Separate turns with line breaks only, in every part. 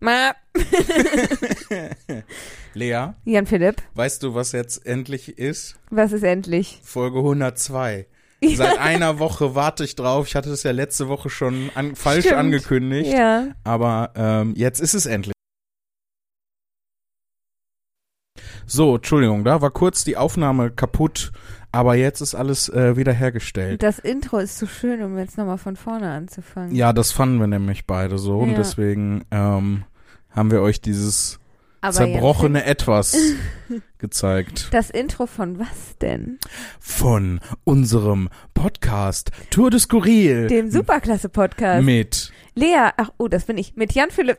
Ma.
Lea,
Jan Philipp,
weißt du, was jetzt endlich ist?
was ist endlich?
Folge 102. Seit einer Woche warte ich drauf. Ich hatte es ja letzte Woche schon an, falsch
Stimmt.
angekündigt.
Ja.
Aber ähm, jetzt ist es endlich. So, Entschuldigung, da war kurz die Aufnahme kaputt, aber jetzt ist alles äh, wiederhergestellt.
Das Intro ist zu schön, um jetzt nochmal von vorne anzufangen.
Ja, das fanden wir nämlich beide so und
Ja.
deswegen ähm, haben wir euch dieses
Aber
zerbrochene Etwas gezeigt.
Jetzt, das Intro von was denn?
Von unserem Podcast Tour de Skurril
Dem Superklasse-Podcast.
Äh, mit
Lea, ach, oh, das bin ich. Mit Jan Philipp,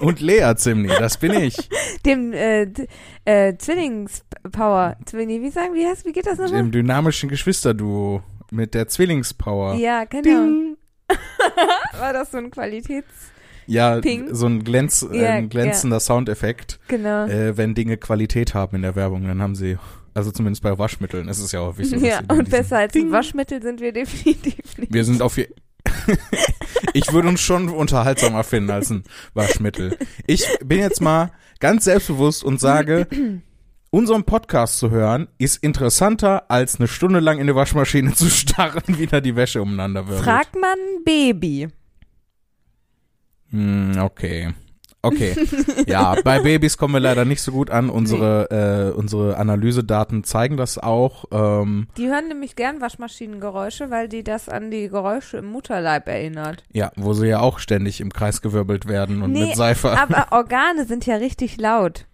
und Lea Zimni, das bin ich,
dem äh, d- äh, Zwillingspower. Zwilling, wie sagen, wie heißt, wie geht das nochmal?
dem dynamischen Geschwisterduo mit der Zwillingspower.
Ja, genau. War das so ein Qualitäts...
Ja,
Ping.
so ein, glänz,
Ja,
ein glänzender Soundeffekt,
Genau.
äh, wenn Dinge Qualität haben in der Werbung, dann haben sie, also zumindest bei Waschmitteln ist es ja auch wichtig. dass
ja,
sie dann
und
diesen-
besser als
Ding.
ein Waschmittel sind wir definitiv nicht.
Wir sind auf. je- ich würde uns schon unterhaltsamer finden als ein Waschmittel. Ich bin jetzt mal ganz selbstbewusst und sage, unseren Podcast zu hören ist interessanter, als eine Stunde lang in die Waschmaschine zu starren, wie da die Wäsche umeinander wirbelt.
Frag man Baby.
Hm, okay. Okay. ja, bei Babys kommen wir leider nicht so gut an. Unsere, äh, unsere Analysedaten zeigen das auch. Ähm,
Die hören nämlich gern Waschmaschinengeräusche, weil die das an die Geräusche im Mutterleib erinnert.
ja, wo sie ja auch ständig im Kreis gewirbelt werden und
Nee,
mit Seife.
Aber Organe sind ja richtig laut.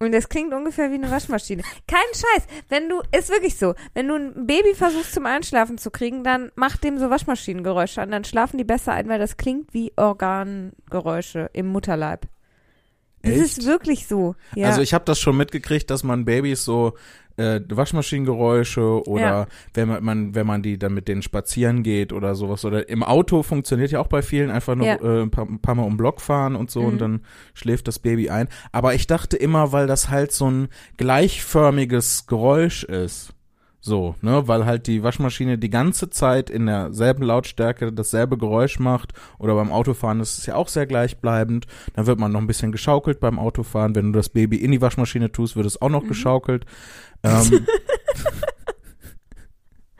Und das klingt ungefähr wie eine Waschmaschine. Kein Scheiß. Wenn du, ist wirklich so, wenn du ein Baby versuchst zum Einschlafen zu kriegen, dann mach dem so Waschmaschinengeräusche an, dann schlafen die besser ein, weil das klingt wie Organgeräusche im Mutterleib. Das ist wirklich so. Ja.
Also ich habe das schon mitgekriegt, dass man Babys so äh, Waschmaschinengeräusche oder
Ja.
wenn man, man wenn man die dann mit denen spazieren geht oder sowas oder im Auto funktioniert ja auch bei vielen einfach nur
Ja.
äh, ein, paar, ein paar Mal um den Block fahren und so
Mhm.
und dann schläft das Baby ein. Aber ich dachte immer, weil das halt so ein gleichförmiges Geräusch ist. So, ne, weil halt die Waschmaschine die ganze Zeit in derselben Lautstärke dasselbe Geräusch macht oder beim Autofahren ist es ja auch sehr gleichbleibend. Dann wird man noch ein bisschen geschaukelt beim Autofahren. Wenn du das Baby in die Waschmaschine tust, wird es auch noch
Mhm.
geschaukelt. Ähm,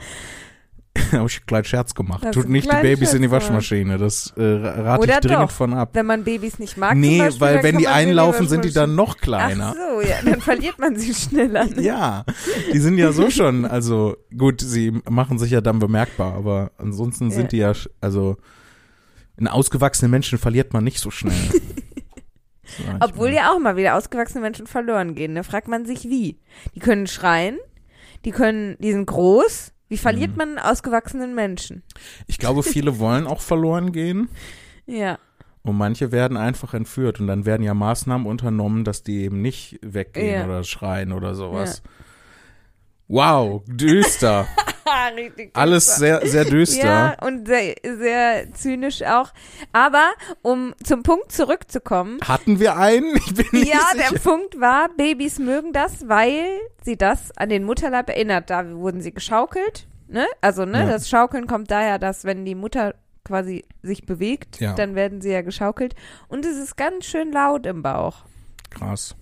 Habe ich einen kleinen Scherz gemacht.
Das ist
Tut
ein
nicht die
kleiner
Babys in die
Scherz,
Waschmaschine. Das äh, rate
Oder
ich dringend
doch.
von ab.
wenn man Babys nicht mag. zum
nee,
Beispiel,
weil
dann
wenn
kann
die
man sie in
einlaufen, sind die dann noch kleiner.
Ach so, ja, dann verliert man sie schneller. Ne?
Ja, die sind ja so schon, also gut, sie machen sich ja dann bemerkbar, aber ansonsten sind
Ja.
die ja, sch- also einen ausgewachsenen Menschen verliert man nicht so schnell. Sag ich
Obwohl
mal.
ja auch mal wieder ausgewachsene Menschen verloren gehen. Da fragt man sich, wie. Die können schreien, die können, die sind groß. Wie verliert man einen ausgewachsenen Menschen?
Ich glaube, viele wollen auch verloren gehen
Ja.
und manche werden einfach entführt und dann werden ja Maßnahmen unternommen, dass die eben nicht weggehen
Ja.
oder schreien oder sowas. Wow, düster.
Ah, Richtig
Alles sehr, sehr düster.
Ja, und sehr, sehr zynisch auch. Aber um zum Punkt zurückzukommen,
Hatten wir einen? Ich bin nicht
Ja,
sicher.
der Punkt war, Babys mögen das, weil sie das an den Mutterleib erinnert. Da wurden sie geschaukelt, ne? Also, ne,
Ja.
das Schaukeln kommt daher, dass wenn die Mutter quasi sich bewegt,
Ja.
dann werden sie ja geschaukelt. Und es ist ganz schön laut im Bauch.
Krass.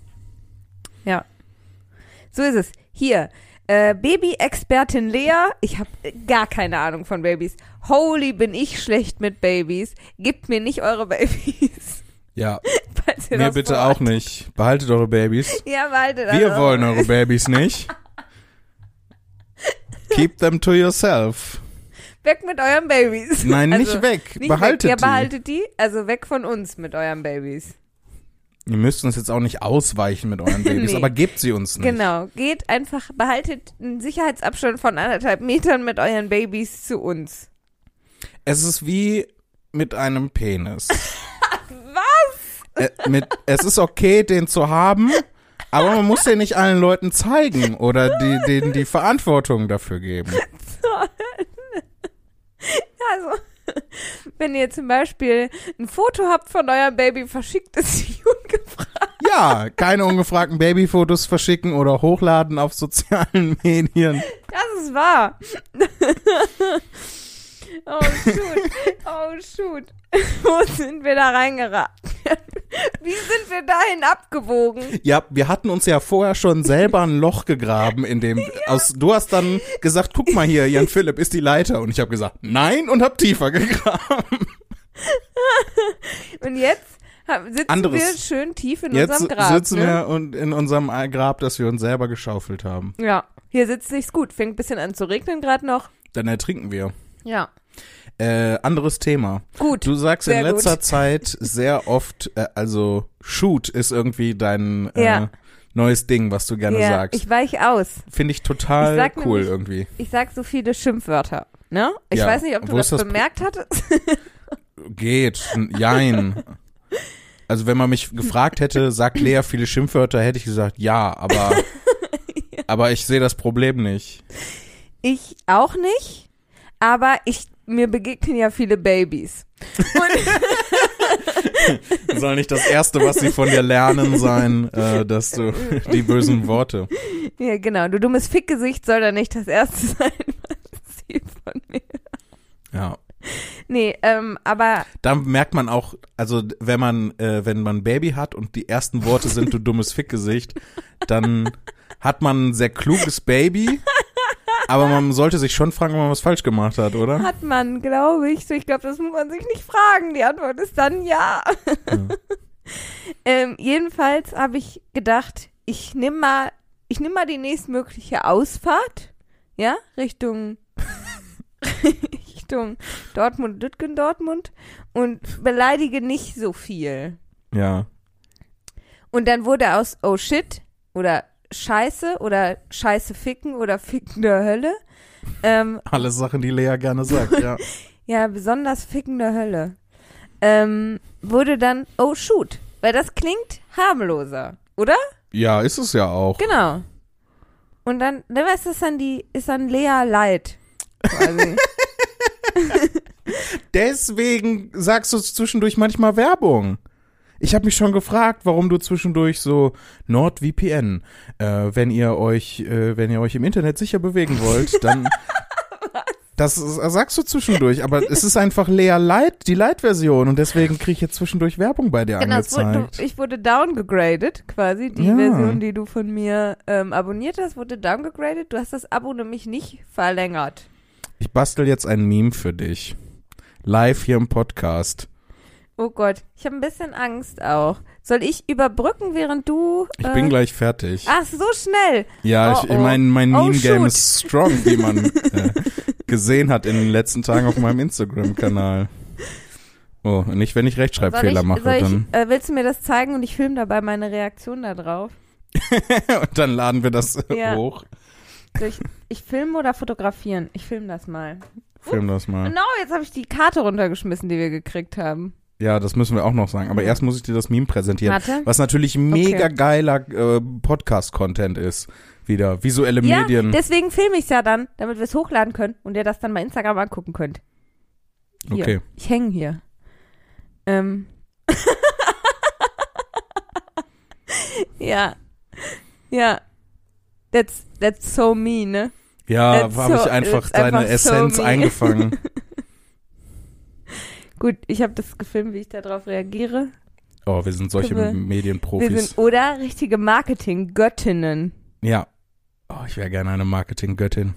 So ist es. Hier, äh, Baby-Expertin Lea, ich habe gar keine Ahnung von Babys. Holy, bin ich schlecht mit Babys. Gebt mir nicht eure Babys.
Ja,
falls ihr
Mir
das
bitte
vorhabt.
auch nicht. Behaltet eure Babys.
Ja, behaltet
Wir
eure
wollen eure Babys nicht. Keep them to yourself.
Weg mit euren Babys.
Nein,
Also,
nicht weg.
Nicht
behaltet
weg. Ja,
die.
behaltet die. Also weg von uns mit euren Babys.
Ihr müsst uns jetzt auch nicht ausweichen mit euren Babys,
Nee.
aber gebt sie uns nicht.
Genau. Geht einfach, behaltet einen Sicherheitsabstand von anderthalb Metern mit euren Babys zu uns.
Es ist wie mit einem Penis.
Was?
Ä- mit, es ist okay, den zu haben, aber man muss den nicht allen Leuten zeigen oder die, denen die Verantwortung dafür geben.
Also, wenn ihr zum Beispiel ein Foto habt von eurem Baby, verschickt es die ungefragt.
Ja, keine ungefragten Babyfotos verschicken oder hochladen auf sozialen Medien.
Das ist wahr. Oh shoot, oh shoot. Wo sind wir da reingeraten? Wie sind wir dahin abgewogen?
Ja, wir hatten uns ja vorher schon selber ein Loch gegraben, in dem aus du hast dann gesagt, guck mal hier, Jan Philipp ist die Leiter und ich habe gesagt, nein und hab tiefer gegraben.
Und jetzt hab- sitzen
Anderes.
wir schön tief in
Jetzt
unserem Grab.
sitzen
ne?
wir und in unserem Grab, das wir uns selber geschaufelt haben.
Ja, hier sitzt nichts gut. Fängt ein bisschen an zu regnen gerade noch.
Dann ertrinken wir.
Ja.
Äh, anderes Thema.
Gut.
Du sagst in
Sehr gut.
letzter Zeit sehr oft, äh, also Shoot ist irgendwie dein äh,
Ja.
neues Ding, was du gerne
ja,
sagst.
Ich weich aus.
Finde ich total
Ich sag
cool
nämlich-
irgendwie.
Ich sag so viele Schimpfwörter. Ne? Ich
Ja,
weiß nicht, ob du
wo
das,
ist das Pro-
bemerkt hattest.
Geht, n- jein. Also wenn man mich gefragt hätte, sagt Lea viele Schimpfwörter, hätte ich gesagt, ja, aber, aber ich sehe das Problem nicht.
Ich auch nicht, aber ich mir begegnen ja viele Babys.
Soll nicht das Erste, was sie von dir lernen sein, äh, dass du die bösen Worte.
Ja, genau. Du dummes Fickgesicht soll da nicht das erste sein, was sie von mir.
Ja.
Nee, ähm, aber
Da merkt man auch, also wenn man, äh, wenn man ein Baby hat und die ersten Worte sind du dummes Fickgesicht, dann hat man ein sehr kluges Baby, aber man sollte sich schon fragen, ob man was falsch gemacht hat, oder?
hat man, glaube ich, so ich glaube, das muss man sich nicht fragen. Die Antwort ist dann ja. ähm, jedenfalls habe ich gedacht, ich nehme mal, ich nehme mal die nächstmögliche Ausfahrt, ja, Richtung Richtung Dortmund, Lütgen, Dortmund und beleidige nicht so viel.
Ja.
Und dann wurde aus Oh shit oder Scheiße oder Scheiße ficken oder fickende Hölle. Ähm,
Alle Sachen, die Lea gerne sagt, ja.
ja, besonders fickende Hölle. Ähm, wurde dann Oh shoot. Weil das klingt harmloser, oder?
Ja, ist es ja auch.
Genau. Und dann, dann ist das dann die, ist dann Lea Leid. Quasi.
Deswegen sagst du zwischendurch manchmal Werbung. Ich habe mich schon gefragt, warum du zwischendurch so NordVPN, äh, wenn ihr euch, äh, wenn ihr euch im Internet sicher bewegen wollt, dann das ist- äh, sagst du zwischendurch. Aber es ist einfach Lea Light, die Light-Version und deswegen kriege ich jetzt zwischendurch Werbung bei dir
genau, es wurde,
angezeigt.
ich wurde downgegradet, quasi. Die
Ja.
Version, die du von mir ähm, abonniert hast, wurde downgegradet. Du hast das Abo nämlich nicht verlängert.
Ich bastel jetzt ein Meme für dich live hier im Podcast.
Oh Gott, ich habe ein bisschen Angst auch. Soll ich überbrücken, während du.
Ich
äh,
bin gleich fertig.
Ach, so schnell.
Ja,
Oh,
ich, ich
oh.
mein, mein
Oh,
Meme-Game
shoot.
ist strong, wie man äh, gesehen hat in den letzten Tagen auf meinem Instagram-Kanal. Oh, nicht, wenn ich
Soll
Rechtschreibfehler
ich,
mache,
soll
dann,
ich, äh, willst du mir das zeigen und ich filme dabei meine Reaktion da drauf?
und dann laden wir das äh,
Ja.
hoch.
Soll ich, ich filme oder fotografieren? Ich filme das mal.
Film das mal.
Genau, jetzt habe ich die Karte runtergeschmissen, die wir gekriegt haben.
Ja, das müssen wir auch noch sagen. Aber erst muss ich dir das Meme präsentieren.
Warte.
Was natürlich mega geiler äh, Podcast-Content ist. Wieder visuelle
Ja,
Medien.
deswegen filme ich es ja dann, damit wir es hochladen können und ihr das dann bei Instagram angucken könnt. Hier.
Okay.
Ich hänge hier. Ähm. ja. Ja. That's, that's so me, ne?
Ja,
That's
habe
so-
ich einfach
that's
deine
einfach so
Essenz
me.
eingefangen.
Gut, ich habe das gefilmt, wie ich darauf reagiere.
Oh, wir sind solche
Wir-
Medienprofis.
Wir sind, oder richtige Marketing-Göttinnen.
ja. Oh, ich wäre gerne eine Marketing-Göttin.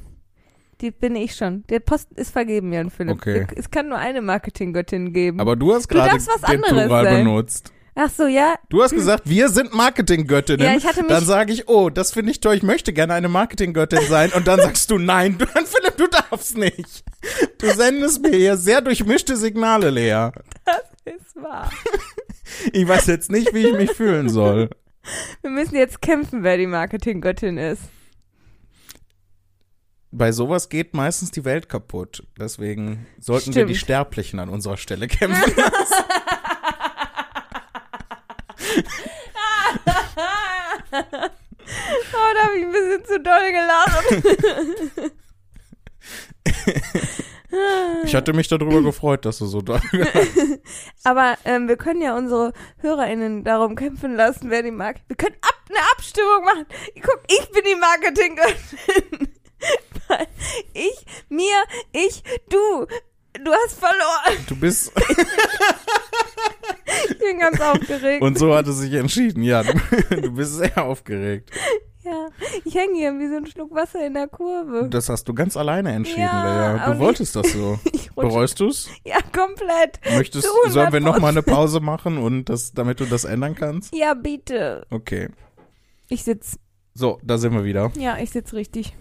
Die bin ich schon. Der Posten ist vergeben, Jan Philipp.
Okay.
Es kann nur eine Marketing-Göttin geben.
Aber du hast
Du
gerade
darfst was
den
anderes
Plural
sein.
benutzt.
Ach so, ja.
Du hast gesagt, wir sind Marketinggöttinnen.
Ja, ich hatte mich-
dann sage ich, oh, das finde ich toll, ich möchte gerne eine Marketinggöttin sein. Und dann sagst du, nein, du- Philipp, du darfst nicht. Du sendest mir hier sehr durchmischte Signale, Lea.
Ist wahr.
Ich weiß jetzt nicht, wie ich mich fühlen soll.
Wir müssen jetzt kämpfen, wer die Marketing-Göttin ist.
Bei sowas geht meistens die Welt kaputt. Deswegen sollten wir
Stimmt.
die Sterblichen an unserer Stelle kämpfen.
Oh, da habe ich ein bisschen zu doll gelacht.
Ich hatte mich darüber gefreut, dass du so da
Aber ähm, wir können ja unsere HörerInnen darum kämpfen lassen, wer die mag. Wir können ab eine Abstimmung machen. Guck, ich bin die Marketing-Göttin. ich, mir, ich, du. Du hast verloren.
Du bist.
Ich bin ganz aufgeregt.
Und so hat es sich entschieden, ja. Du, du bist sehr aufgeregt.
ja. Ich hänge hier wie so ein Schluck Wasser in der Kurve.
Das hast du ganz alleine entschieden,
Ja,
Lea.
und
Du
ich-
wolltest das so.
Ich rutsche.
Bereust du's?
Ja, komplett.
Möchtest,
Zu 100
sollen wir nochmal eine Pause machen und das, damit du das ändern kannst?
Ja, bitte.
Okay.
Ich sitz.
So, da sind wir wieder.
Ja, ich sitz richtig.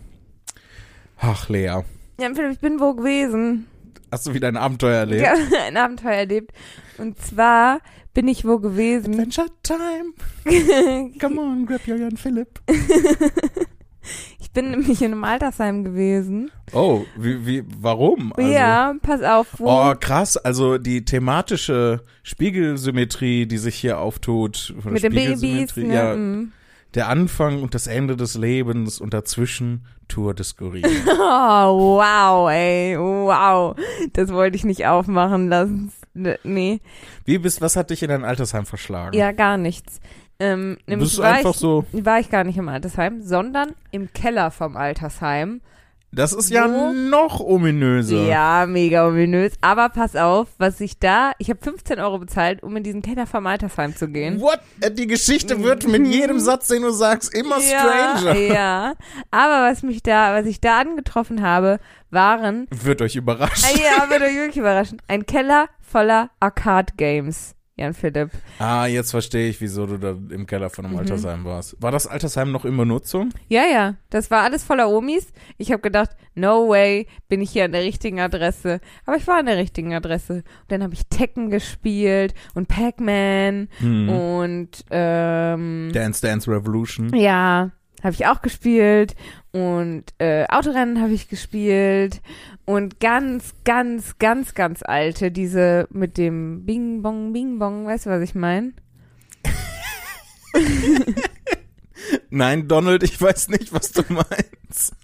Ach, Lea.
Ja, Philipp, ich bin wo gewesen.
Hast du wieder ein Abenteuer erlebt?
Ich habe ein Abenteuer erlebt. Und zwar bin ich wo gewesen.
Adventure Time. Come on, grab your young Philip.
ich bin nämlich in einem Altersheim gewesen.
Oh, wie, wie, warum? Also,
ja, pass auf. Wo,
Oh, krass. Also die thematische Spiegelsymmetrie, die sich hier auftut. oder
mit den Babys.
Spiegelsymmetrie,
Ne?
Ja,
mm.
Der Anfang und das Ende des Lebens und dazwischen Tour des Skurrilen.
Oh, wow, ey. Wow. Das wollte ich nicht aufmachen lassen. Ne- Nee.
Wie bist, was hat dich in dein Altersheim verschlagen?
Ja, gar nichts. Ähm,
du
nämlich
bist
war
einfach
ich,
so,
war ich gar nicht im Altersheim, sondern im Keller vom Altersheim.
das ist ja
So.
noch ominöser.
Ja, mega ominös. Aber pass auf, was ich da, ich habe 15 Euro bezahlt, um in diesen Keller vom Altersheim zu gehen.
What? Äh, Die Geschichte wird mit jedem Satz, den du sagst, immer
Mhm. ja,
stranger.
ja. Aber was mich da, was ich da angetroffen habe, waren,
Wird euch überrascht.
Ah, ja, würde euch wirklich überraschen, ein Keller voller Arcade Games. Jan Philipp.
Ah, jetzt verstehe ich, wieso du da im Keller von
Mhm.
einem Altersheim warst. War das Altersheim noch in Benutzung?
Ja, ja, das war alles voller Omis. Ich habe gedacht, no way, bin ich hier an der richtigen Adresse. Aber ich war an der richtigen Adresse. Und dann habe ich Tekken gespielt und Pac-Man
Hm.
und ähm,
Dance Dance Revolution.
Ja, habe ich auch gespielt und äh, Autorennen habe ich gespielt und ganz, ganz, ganz, ganz alte, diese mit dem Bing Bong, Bing Bong, weißt du, was ich meine?
Nein, Donald, ich weiß nicht, was du meinst.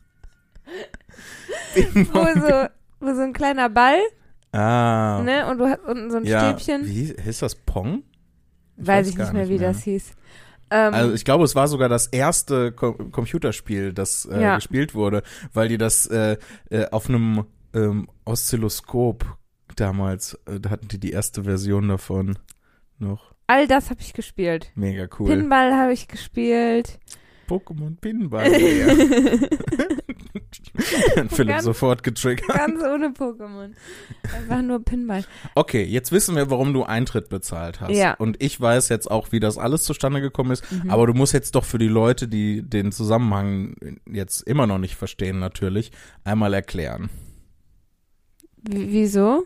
Bing
Wo
Bong.
so, wo so ein kleiner Ball,
Ah.
ne, und du hast unten so ein
ja.
Stäbchen.
Wie hieß das Pong?
weiß ich
gar
nicht mehr,
nicht
wie
mehr.
das hieß. Ähm,
Also ich glaube, es war sogar das erste Co Computerspiel, das äh,
Ja.
gespielt wurde, weil die das äh, äh, auf einem ähm, Oszilloskop damals, äh, da hatten die die erste Version davon noch.
all das habe ich gespielt.
Mega cool.
Pinball habe ich gespielt.
Pokémon Pinball. Ja. Hat Philipp
Ganz-
sofort getriggert.
Ganz ohne Pokémon. Einfach nur Pinball.
Okay, jetzt wissen wir, warum du Eintritt bezahlt hast.
Ja. Mhm.
Und ich weiß jetzt auch, wie das alles zustande gekommen ist. Aber du musst jetzt doch für die Leute, die den Zusammenhang jetzt immer noch nicht verstehen, natürlich, einmal erklären.
W wieso?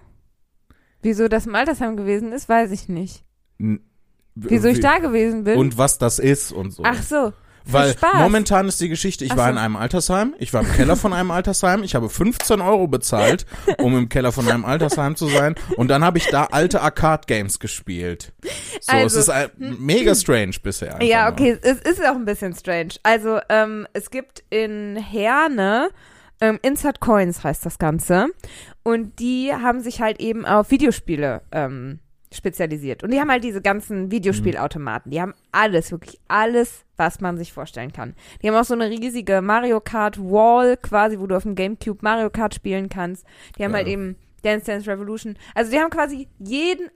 Wieso das im Altersheim gewesen ist, weiß ich nicht. Wieso ich da gewesen bin?
Und was das ist und so.
Ach so.
Weil
Spaß.
momentan ist die Geschichte, ich
Ach
war
so.
in einem Altersheim, ich war im Keller von einem Altersheim, ich habe 15 Euro bezahlt, um im Keller von einem Altersheim zu sein und dann habe ich da alte Arcade-Games gespielt. So, es
Also-
ist ein, mega strange bisher. einfach
Ja,
nur.
okay, es ist auch ein bisschen strange. Also, ähm, es gibt in Herne, ähm, Insert Coins heißt das Ganze. Und die haben sich halt eben auf Videospiele ähm, spezialisiert. Und die haben halt diese ganzen Videospielautomaten. Die haben alles, wirklich alles, was man sich vorstellen kann. Die haben auch so eine riesige Mario Kart Wall quasi, wo du auf dem Gamecube Mario Kart spielen kannst. Die haben
Geil.
halt eben Dance Dance Revolution. Also die haben quasi jeden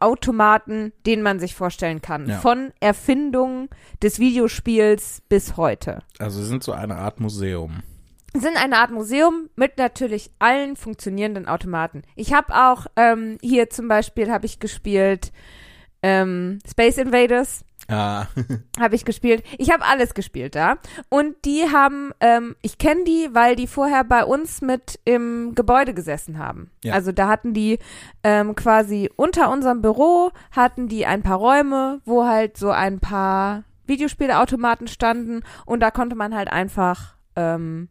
Arcade-Game-Automaten, den man sich vorstellen kann.
Ja.
Von Erfindung des Videospiels bis heute.
Also sie sind so eine Art Museum.
sind eine Art Museum mit natürlich allen funktionierenden Automaten. Ich habe auch ähm, hier zum Beispiel habe ich gespielt ähm, Space Invaders
Ah,
habe ich gespielt. Ich habe alles gespielt da und die haben ähm, ich kenne die, weil die vorher bei uns mit im Gebäude gesessen haben.
Ja.
Also da hatten die ähm, quasi unter unserem Büro hatten die ein paar Räume, wo halt so ein paar Videospielautomaten standen und da konnte man halt einfach ähm,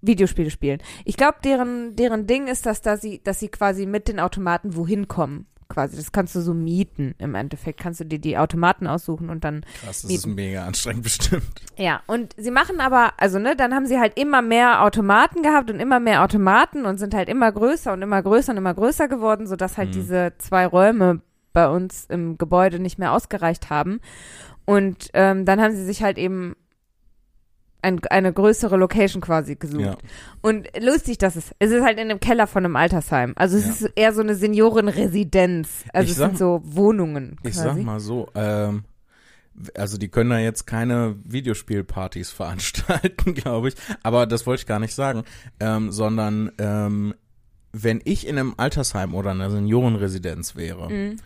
Videospiele spielen. Ich glaube, deren, deren Ding ist, dass, da sie, dass sie quasi mit den Automaten wohin kommen. Quasi. Das kannst du so mieten im Endeffekt. Kannst du dir die Automaten aussuchen und dann.
krass, das ist mega anstrengend bestimmt.
Ja, und sie machen aber, also ne, dann haben sie halt immer mehr Automaten gehabt und immer mehr Automaten und sind halt immer größer und immer größer und immer größer geworden, sodass halt
Mhm.
diese zwei Räume bei uns im Gebäude nicht mehr ausgereicht haben. Und ähm, dann haben sie sich halt eben ein, eine größere Location quasi gesucht.
Ja.
Und lustig, dass es. Es ist halt in einem Keller von einem Altersheim. Also es
Ja.
ist eher so eine Seniorenresidenz. Also
Ich
es
sag-
sind so Wohnungen quasi.
Ich sag mal so, ähm, also die können da jetzt keine Videospielpartys veranstalten, glaube ich. Aber das wollte ich gar nicht sagen, ähm, sondern ähm, wenn ich in einem Altersheim oder einer Seniorenresidenz wäre
Mhm.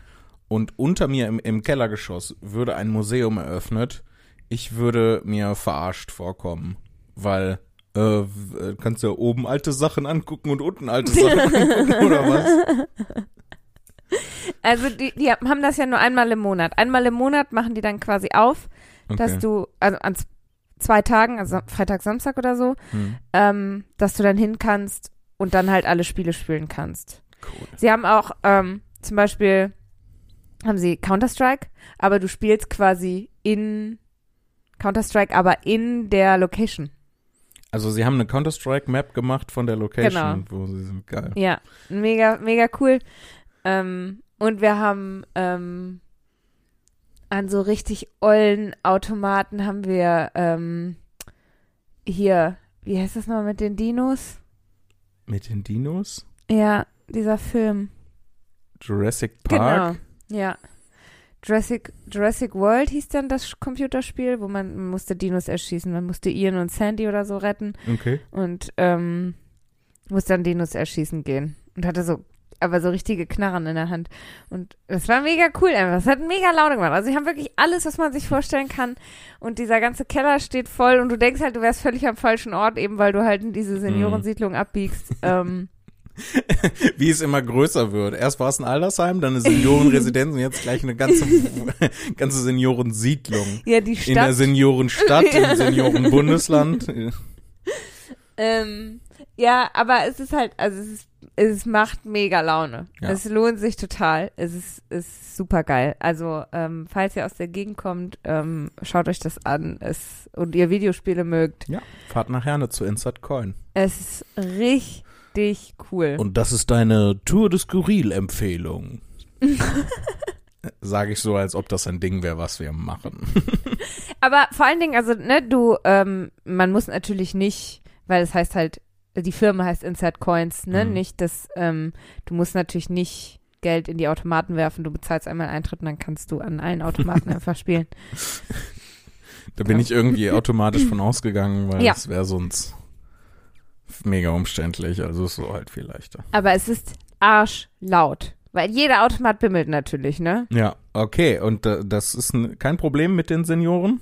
und unter mir im, im Kellergeschoss würde ein Museum eröffnet, ich würde mir verarscht vorkommen, weil äh, w- äh, kannst ja oben alte Sachen angucken und unten alte Sachen angucken oder was?
Also die, die haben das ja nur einmal im Monat. Einmal im Monat machen die dann quasi auf, dass
Okay.
du, also an z- zwei Tagen, also Freitag, Samstag oder so,
Hm,
ähm, dass du dann hin kannst und dann halt alle Spiele spielen kannst.
cool.
Sie haben auch ähm, zum Beispiel haben sie Counter-Strike, aber du spielst quasi in Counter-Strike, aber in der Location.
Also sie haben eine Counter-Strike-Map gemacht von der Location,
Genau.
wo sie sind. Geil.
Ja, mega, mega cool. Ähm, und wir haben ähm, an so richtig ollen Automaten haben wir ähm, hier, wie heißt das noch mit den Dinos?
Mit den Dinos?
Ja, dieser Film.
Jurassic Park?
Genau, ja. Jurassic, Jurassic World hieß dann das Computerspiel, wo man, man musste Dinos erschießen. Man musste Ian und Sandy oder so retten
Okay.
und ähm, musste dann Dinos erschießen gehen. Und hatte so, aber so richtige Knarren in der Hand. Und das war mega cool einfach. Es hat mega Laune gemacht. Also, sie haben wirklich alles, was man sich vorstellen kann. Und dieser ganze Keller steht voll und du denkst halt, du wärst völlig am falschen Ort, eben weil du halt in
Mhm.
diese Seniorensiedlung abbiegst. ähm,
Wie es immer größer wird. Erst war es ein Altersheim, dann eine Seniorenresidenz und jetzt gleich eine ganze, ganze Seniorensiedlung.
ja, die
In der
Stadt.
Seniorenstadt, im Seniorenbundesland.
Ähm, ja, aber es ist halt, also es ist, es macht mega Laune.
Ja.
Es lohnt sich total. Es ist, ist super geil. Also, ähm, falls ihr aus der Gegend kommt, ähm, schaut euch das an. Es, und ihr Videospiele mögt.
Ja, fahrt nach Herne zu Insert Coin.
Es ist richtig cool.
Und das ist deine Tour des Skurril-Empfehlung. Sage ich so, als ob das ein Ding wäre, was wir machen.
aber vor allen Dingen, also, ne, du, ähm, man muss natürlich nicht, weil es heißt halt, die Firma heißt Insert Coins, ne?
Mhm.
Nicht, dass, ähm, du musst natürlich nicht Geld in die Automaten werfen, du bezahlst einmal Eintritt und dann kannst du an allen Automaten einfach spielen.
Da bin ich irgendwie automatisch von ausgegangen, weil
Ja.
es wäre sonst mega umständlich. Also ist so halt viel leichter.
Aber es ist arschlaut. Weil jeder Automat bimmelt natürlich, ne?
Ja, okay. Und äh, das ist n- kein Problem mit den Senioren?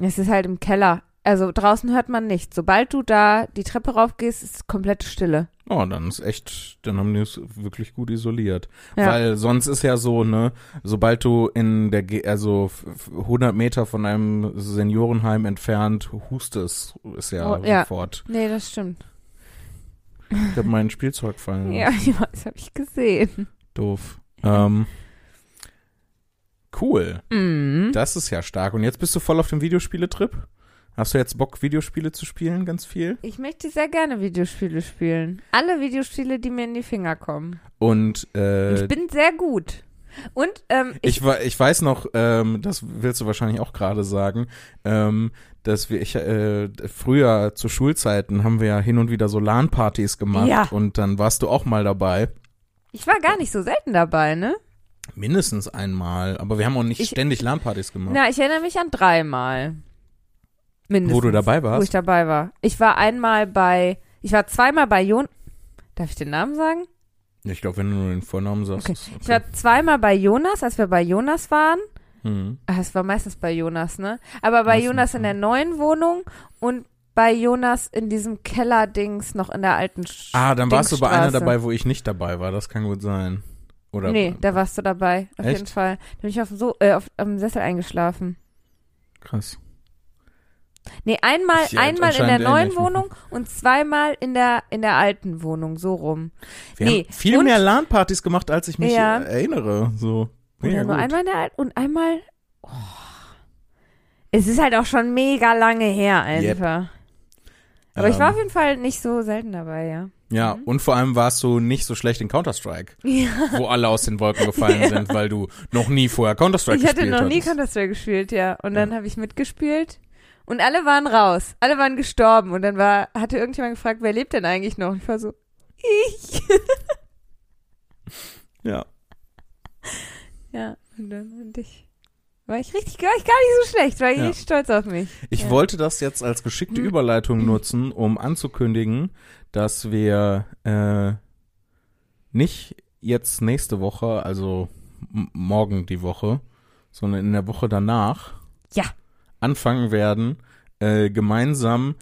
Es ist halt im Keller. Also draußen hört man nichts. Sobald du da die Treppe raufgehst, ist komplette Stille.
Oh, dann ist echt, dann haben die es wirklich gut isoliert.
Ja.
Weil sonst ist ja so, ne, sobald du in der, Ge also f- f- 100 Meter von einem Seniorenheim entfernt hustest, ist ja,
Oh, ja.
sofort.
Nee, das stimmt.
Ich hab mein Spielzeug fallen
Ja, ja das habe ich gesehen.
Doof. Ähm, cool.
Mhm.
Das ist ja stark. Und jetzt bist du voll auf dem Videospieletrip? Hast du jetzt Bock, Videospiele zu spielen, ganz viel?
Ich möchte sehr gerne Videospiele spielen. Alle Videospiele, die mir in die Finger kommen.
Und
Und
äh,
ich bin sehr gut. Und ähm, ich,
ich, wa- ich weiß noch, ähm, das willst du wahrscheinlich auch gerade sagen, ähm, dass wir ich, äh, früher zu Schulzeiten haben wir ja hin und wieder so LAN-Partys gemacht
Ja.
und dann warst du auch mal dabei.
ich war gar nicht so selten dabei, ne?
Mindestens einmal, aber wir haben auch nicht
Ich-
ständig LAN-Partys gemacht.
Na, ich erinnere mich an dreimal. Mindestens.
Wo du dabei
Wo ich
warst?
dabei war. Ich war einmal bei, ich war zweimal bei Jon. Darf ich den Namen sagen?
Ich glaube, wenn du nur den Vornamen sagst.
Okay.
ist
Ich war zweimal bei Jonas, als wir bei Jonas waren.
Hm.
Ah, Es war meistens bei Jonas, ne? Aber bei
Meistens,
Jonas in
ja.
der neuen Wohnung und bei Jonas in diesem Kellerdings noch in der alten Sch
Ah, dann warst du bei einer
Stinkstraße.
dabei, wo ich nicht dabei war. Das kann gut sein. Oder
Nee, da warst du dabei. Auf
Echt?
jeden Fall. Da bin ich auf dem, so äh, auf, auf dem Sessel eingeschlafen.
krass.
Nee, einmal,
Ich, äh,
einmal in der
anscheinend
neuen
ähnlich.
Wohnung und zweimal in der, in der alten Wohnung, so rum.
Wir
Nee,
haben viel
und-
mehr LAN-Partys gemacht, als ich mich
Ja.
äh, erinnere. So.
Oder
Ja,
nur
gut.
einmal in der alten und einmal. Oh. Es ist halt auch schon mega lange her
Yep.
einfach. Aber ich
Ähm,
war Mhm. auf jeden Fall nicht so selten dabei, ja.
Ja, und vor allem warst du nicht so schlecht in Counter-Strike,
ja
wo alle aus den Wolken gefallen
Ja.
sind, weil du noch nie vorher Counter-Strike
ich hatte
gespielt
noch nie
hattest.
Counter-Strike gespielt, ja. Und dann habe ich mitgespielt Und alle waren raus. Alle waren gestorben. Und dann war, hatte irgendjemand gefragt, wer lebt denn eigentlich noch? Und ich war so, ich.
Ja.
Ja, und dann und ich. War ich richtig, war ich gar nicht so schlecht, war ich
Ja.
richtig stolz auf mich.
Ich
Ja. Hm.
wollte das jetzt als geschickte Überleitung nutzen, um anzukündigen, dass wir äh, nicht jetzt nächste Woche, also m- morgen die Woche, sondern in der Woche danach
Ja.
anfangen werden, äh, gemeinsam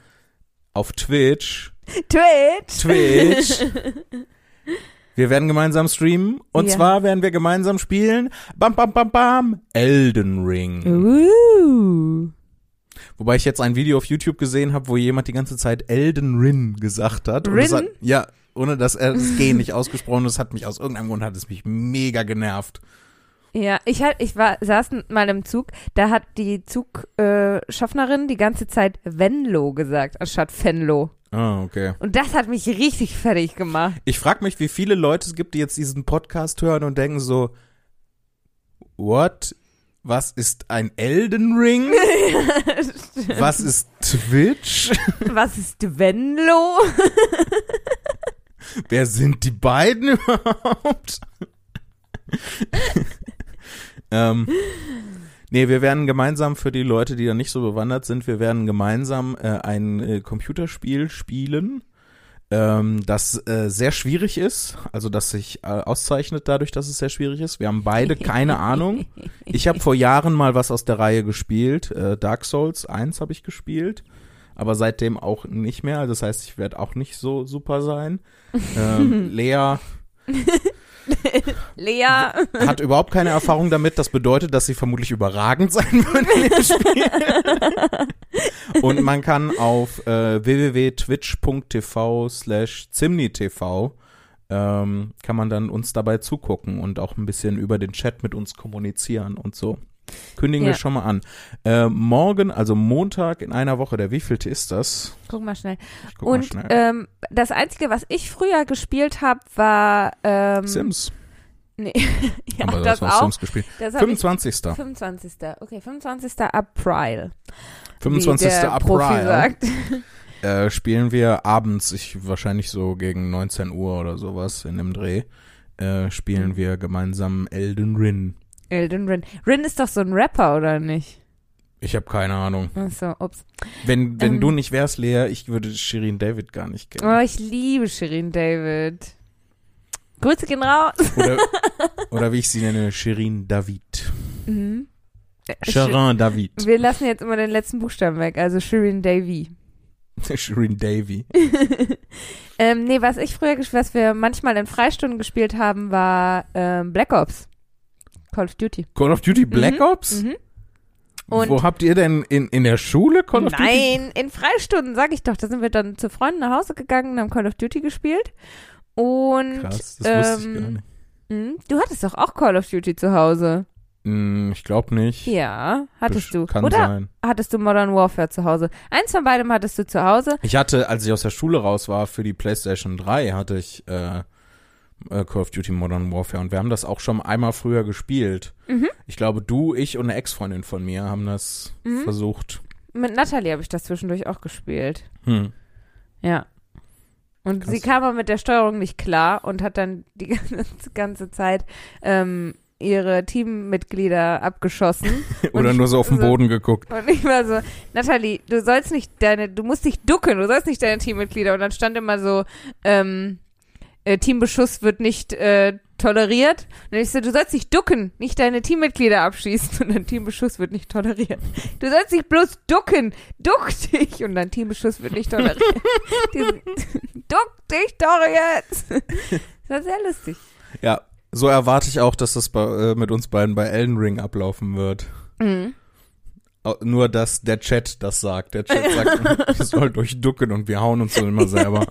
auf Twitch,
Twitch!
Twitch, wir werden gemeinsam streamen und
Ja.
zwar werden wir gemeinsam spielen, bam, bam, bam, bam, Elden Ring.
Oh. uh.
Wobei ich jetzt ein Video auf YouTube gesehen habe, wo jemand die ganze Zeit Elden Rin gesagt hat. Und das
Rin?
hat ja, ohne dass er das G nicht ausgesprochen ist, hat mich aus irgendeinem Grund hat es mich mega genervt.
Ja, ich halt, ich war, saß mal im Zug, da hat die Zugschaffnerin die ganze Zeit Venlo gesagt, anstatt Venlo.
Ah, okay.
Und das hat mich richtig fertig gemacht.
Ich frage mich, wie viele Leute es gibt, die jetzt diesen Podcast hören und denken so, what? Was ist ein Elden Ring? Was ist Twitch?
Was ist Venlo?
Wer sind die beiden überhaupt? ähm, nee, wir werden gemeinsam für die Leute, die da nicht so bewandert sind, wir werden gemeinsam äh, ein äh, Computerspiel spielen, ähm, das äh, sehr schwierig ist, also das sich äh, auszeichnet dadurch, dass es sehr schwierig ist. Wir haben beide keine Ahnung. Ich habe vor Jahren mal was aus der Reihe gespielt. Äh, Dark Souls 1 habe ich gespielt, aber seitdem auch nicht mehr. Das heißt, ich werde auch nicht so super sein. Ähm, Lea
Lea,
hat überhaupt keine Erfahrung damit. Das bedeutet, dass sie vermutlich überragend sein wird in dem Spiel. Und man kann auf äh, www.twitch.tv slash zimnitv ähm, kann man dann uns dabei zugucken und auch ein bisschen über den Chat mit uns kommunizieren und so. Kündigen wir
Ja.
schon mal an. Äh, morgen, also Montag in einer Woche, der wievielte ist das?
guck mal schnell.
Ich guck
Und
mal schnell.
ähm, das Einzige, was ich früher gespielt habe, war ähm,
Sims.
Nee, ja,
Aber
das,
das war
auch.
Sims gespielt.
Das hab ich-
25.
25. Okay, 25. April. wie
25.
der Profi
April.
sagt.
äh, spielen wir abends, ich wahrscheinlich so gegen 19 Uhr oder sowas in dem Dreh, äh, spielen wir gemeinsam Elden Rin.
Elden Rin. Rin ist doch so ein Rapper, oder nicht?
Ich habe keine Ahnung.
Achso, ups.
Wenn, wenn
Ähm.
du nicht wärst, Lea, ich würde Shirin David gar nicht kennen.
Oh, ich liebe Shirin David. Grüße gehen raus.
Oder, oder wie ich sie nenne, Shirin David.
Mhm. Äh,
Shirin David.
Shi- Wir lassen jetzt immer den letzten Buchstaben weg, also Shirin Davy.
Shirin Davy.
ähm, nee, was ich früher, gesch- was wir manchmal in Freistunden gespielt haben, war ähm, Black Ops. Call of Duty.
Call of Duty Black Ops?
Mhm. Und
Wo habt ihr denn in, in der Schule Call of Duty?
Nein, in Freistunden, sag ich doch. Da sind wir dann zu Freunden nach Hause gegangen und haben Call of Duty gespielt. Und
Krass, das wusste ich
ähm,
gar nicht.
mh, du hattest doch auch Call of Duty zu Hause.
Hm, ich glaube nicht.
Ja, hattest du.
Kann
Oder
sein.
hattest du Modern Warfare zu Hause? Eins von beidem hattest du zu Hause.
Ich hatte, als ich aus der Schule raus war, für die PlayStation 3 hatte ich äh, äh, Call of Duty Modern Warfare und wir haben das auch schon einmal früher gespielt.
Mhm.
Ich glaube, du, ich und eine Ex-Freundin von mir haben das
Mhm.
versucht.
Mit Natalie habe ich das zwischendurch auch gespielt.
Hm.
Ja. Und
Krass.
sie kam aber mit der Steuerung nicht klar und hat dann die ganze, ganze Zeit ähm, ihre Teammitglieder abgeschossen.
Oder
ich-
nur so auf den
so-
Boden geguckt.
Und ich war so, Nathalie, du sollst nicht deine, du musst dich ducken, du sollst nicht deine Teammitglieder. Und dann stand immer so, ähm, äh, Teambeschuss wird nicht äh, toleriert. Und dann ich so, du sollst dich ducken, nicht deine Teammitglieder abschießen. Und dann Teambeschuss wird nicht toleriert. Du sollst dich bloß ducken, duck dich. Und dann Teambeschuss wird nicht toleriert. Diesen- duck dich doch jetzt. Das war sehr lustig.
Ja, so erwarte ich auch, dass das bei, äh, mit uns beiden bei Elden Ring ablaufen wird.
Mhm.
Au- Nur, dass der Chat das sagt. Der Chat sagt, ihr sollt euch ducken und wir hauen uns so immer selber.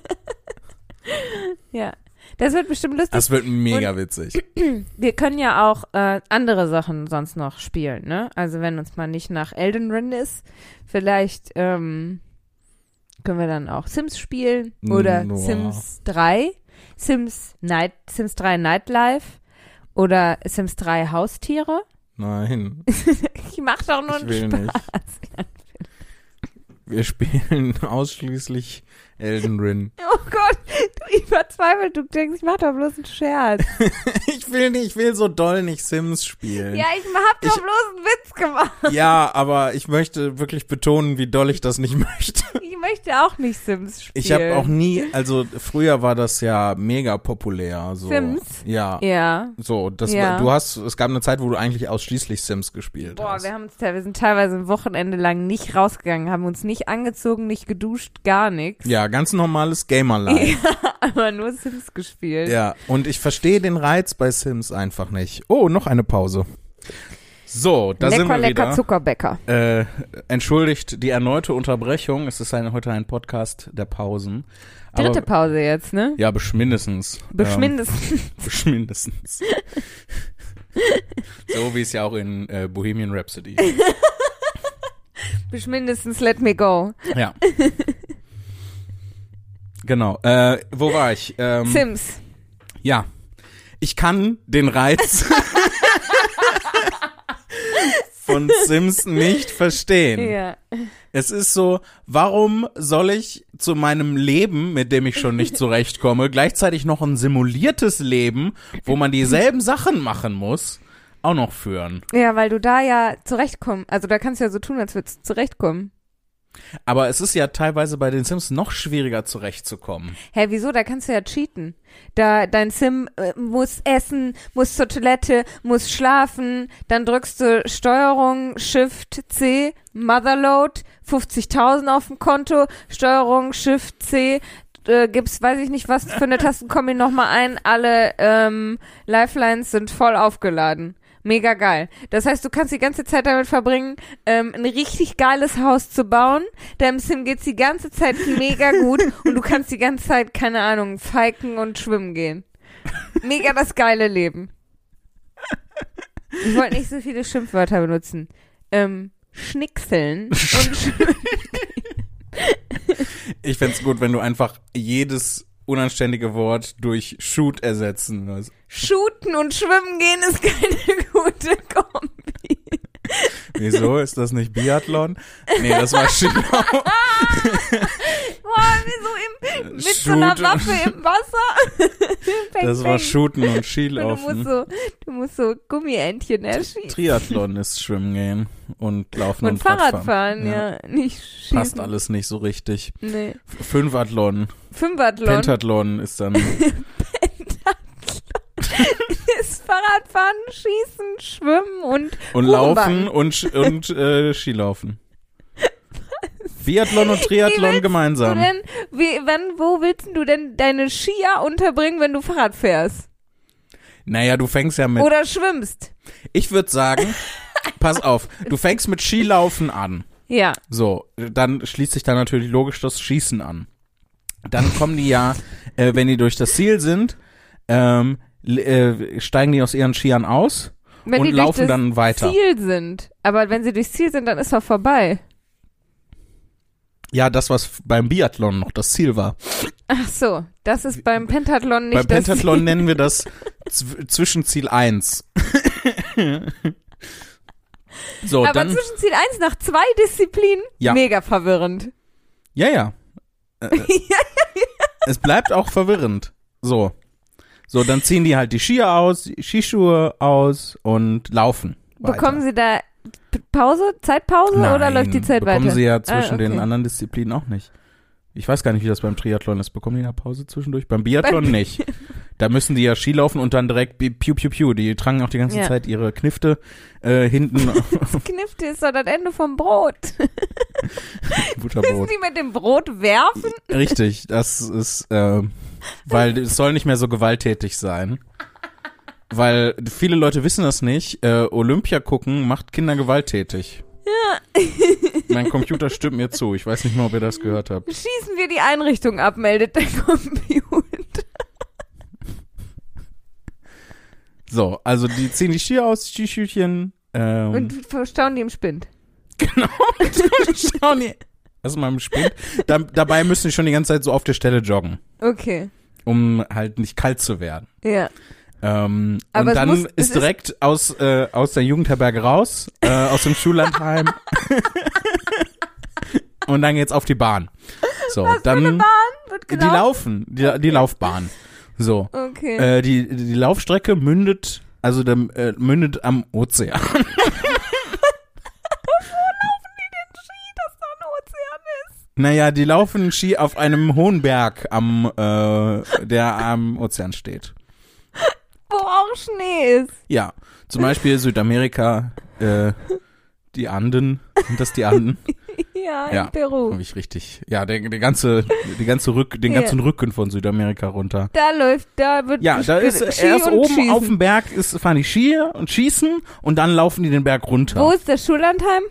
Ja. Das wird bestimmt lustig.
Das wird mega witzig.
Wir können ja auch äh, andere Sachen sonst noch spielen, ne? Also wenn uns mal nicht nach Elden Ring ist, vielleicht ähm, können wir dann auch Sims spielen oder
Noah.
Sims 3, Sims Night, Sims 3 Nightlife oder Sims 3 Haustiere.
Nein,
Ich mach doch nur
ich will
einen
nicht.
Spaß.
Wir spielen ausschließlich Elden Ring.
Oh Gott, du ich verzweifelt, du denkst, ich mach doch bloß einen Scherz.
Ich will nicht, ich will so doll nicht Sims spielen.
Ja, ich hab doch
Ich-
bloß einen Witz gemacht.
Ja, aber ich möchte wirklich betonen, wie doll ich das nicht möchte.
Ich möchte auch nicht Sims spielen.
Ich habe auch nie, also früher war das ja mega populär. So.
Sims?
Ja.
Ja.
So, das
Ja.
war, du hast, es gab eine Zeit, wo du eigentlich ausschließlich Sims gespielt
Boah,
hast.
wir, haben uns, wir sind teilweise ein Wochenende lang nicht rausgegangen, haben uns nicht angezogen, nicht geduscht, gar nichts.
Ja, ganz normales Gamerlife.
Aber nur Sims gespielt.
ja, und ich verstehe den Reiz bei Sims einfach nicht. Oh, noch eine Pause. So, da
lecker,
sind wir
lecker
wieder.
Zuckerbäcker.
Äh, entschuldigt die erneute Unterbrechung. Es ist ein, heute ein Podcast der Pausen. Aber,
Dritte Pause jetzt, ne?
Ja, besch- mindestens. Ähm,
Beschmindest.
besch- mindestens. so wie es ja auch in äh, Bohemian Rhapsody.
Beschmindestens let me go.
Ja. genau. Äh, wo war ich? Ähm,
Sims.
Ja. Ich kann den Reiz von Sims nicht verstehen.
Ja.
Es ist so, warum soll ich zu meinem Leben, mit dem ich schon nicht zurechtkomme, gleichzeitig noch ein simuliertes Leben, wo man dieselben Sachen machen muss, auch noch führen?
ja, weil du da ja zurechtkommst. Also da kannst du ja so tun, als würdest du zurechtkommen.
Aber es ist ja teilweise bei den Sims noch schwieriger zurechtzukommen.
Hä, wieso? Da kannst du ja cheaten. Da, dein Sim äh, muss essen, muss zur Toilette, muss schlafen, dann drückst du Steuerung, Shift, C, Motherload, 50.000 auf dem Konto, Steuerung, Shift, C, äh, gibst, weiß ich nicht, was für eine Tastenkombi nochmal ein, alle ähm, Lifelines sind voll aufgeladen. Mega geil. Das heißt, du kannst die ganze Zeit damit verbringen, ähm, ein richtig geiles Haus zu bauen. Deinem Sim geht's die ganze Zeit mega gut und du kannst die ganze Zeit, keine Ahnung, falken und schwimmen gehen. Mega das geile Leben. Ich wollte nicht so viele Schimpfwörter benutzen. Ähm, schnickseln und sch-
Ich fänd's gut, wenn du einfach jedes unanständige Wort durch Shoot ersetzen würdest.
shooten und schwimmen gehen ist keine gute Kombi.
Wieso? Ist das nicht Biathlon? Nee, das war Schlau.
Boah, wie so im, mit so einer
Shoot.
Waffe im Wasser. Bang,
Das war
bang.
Shooten und
Und du musst
Skilaufen.
so, du musst so Gummientchen erschießen.
Triathlon ist Schwimmen gehen und Laufen und,
Und Fahrrad
Radfahren.
fahren, ja. Nicht schießen.
Passt alles nicht so richtig.
Nee.
F- Fünfathlon,
Fünfathlon.
Pentathlon ist dann.
ist Fahrradfahren, Schießen, Schwimmen und
Und Laufen und, Sch- und äh, Skilaufen. Biathlon und
Wie
Triathlon
willst du
gemeinsam.
denn, wie, wann, wo willst du denn deine Skier unterbringen, wenn du Fahrrad fährst?
Naja, du fängst ja mit.
Oder schwimmst?
Ich würde sagen, pass auf, du fängst mit Skilaufen an.
Ja.
So, dann schließt sich dann natürlich logisch das Schießen an. Dann kommen die ja, äh, wenn die durch das Ziel sind, ähm, l- äh, steigen die aus ihren Skiern aus
Wenn
und
die durch
laufen
das
dann weiter.
Ziel sind. Aber wenn sie durchs Ziel sind, dann ist doch vorbei.
Ja, das, was f- beim Biathlon noch das Ziel war.
Ach so, das ist beim Pentathlon
beim
nicht das
Pentathlon nennen wir das Zw Zwischenziel 1. so,
Aber
dann.
zwischen Ziel 1 nach zwei Disziplinen?
Ja.
Mega verwirrend.
Ja, ja. Äh, äh, es bleibt auch verwirrend. So. So, dann ziehen die halt die Skier aus, die Skischuhe aus und laufen. Weiter.
Bekommen sie da P- Pause, Zeitpause
Nein,
oder läuft die Zeit
bekommen
weiter?
sie ja zwischen
Ah, okay.
den anderen Disziplinen auch nicht. Ich weiß gar nicht, wie das beim Triathlon ist. Bekommen die eine Pause zwischendurch? Beim Biathlon
Beim-
nicht. Da müssen die ja Ski laufen und dann direkt bi- piu piu piu. Die tragen auch die ganze
Ja.
Zeit ihre Knifte äh, hinten auf
Knifte ist doch das Ende vom Brot. Müssen
Butterbrot.
die mit dem Brot werfen?
Richtig, das ist, ähm, weil es soll nicht mehr so gewalttätig sein. Weil viele Leute wissen das nicht. Äh, Olympia gucken macht Kinder gewalttätig. Ja. Mein Computer stimmt mir zu. Ich weiß nicht mal, ob ihr das gehört habt.
Schießen wir die Einrichtung ab, meldet der Computer.
So, also die ziehen die Skier aus, Skischütchen. Ähm,
Und verstauen die im Spind.
genau. Und schauen die erstmal im Spind. Da, dabei müssen die schon die ganze Zeit so auf der Stelle joggen,
Okay.
um halt nicht kalt zu werden.
Ja.
Ähm,
Aber
und
es
dann
muss- es
ist direkt aus, äh, aus der Jugendherberge raus, äh, aus dem Schullandheim. und dann geht's auf die Bahn. So, dann
Wird
die
gelaufen?
laufen, die, die Laufbahn. So.
Okay.
Äh, die, die Laufstrecke mündet, also der, äh, mündet am Ozean.
Oh, dass da ein Ozean ist.
Naja, die laufen Ski auf einem hohen Berg am, äh, der am Ozean steht.
Wo auch Schnee ist.
Ja, zum Beispiel Südamerika, äh, die Anden, sind das die Anden?
Ja,
Ja.
in Peru.
Habe ich richtig. Ja, der, der ganze, die ganze Rück, den
Oh. Ja.
ganzen Rücken von Südamerika runter.
Da läuft, da wird
Ja, da ist
Ski
erst
und
oben
Schießen.
auf dem Berg ist fahren die Skier und schießen und dann laufen die den Berg runter.
Wo ist der Schullandheim?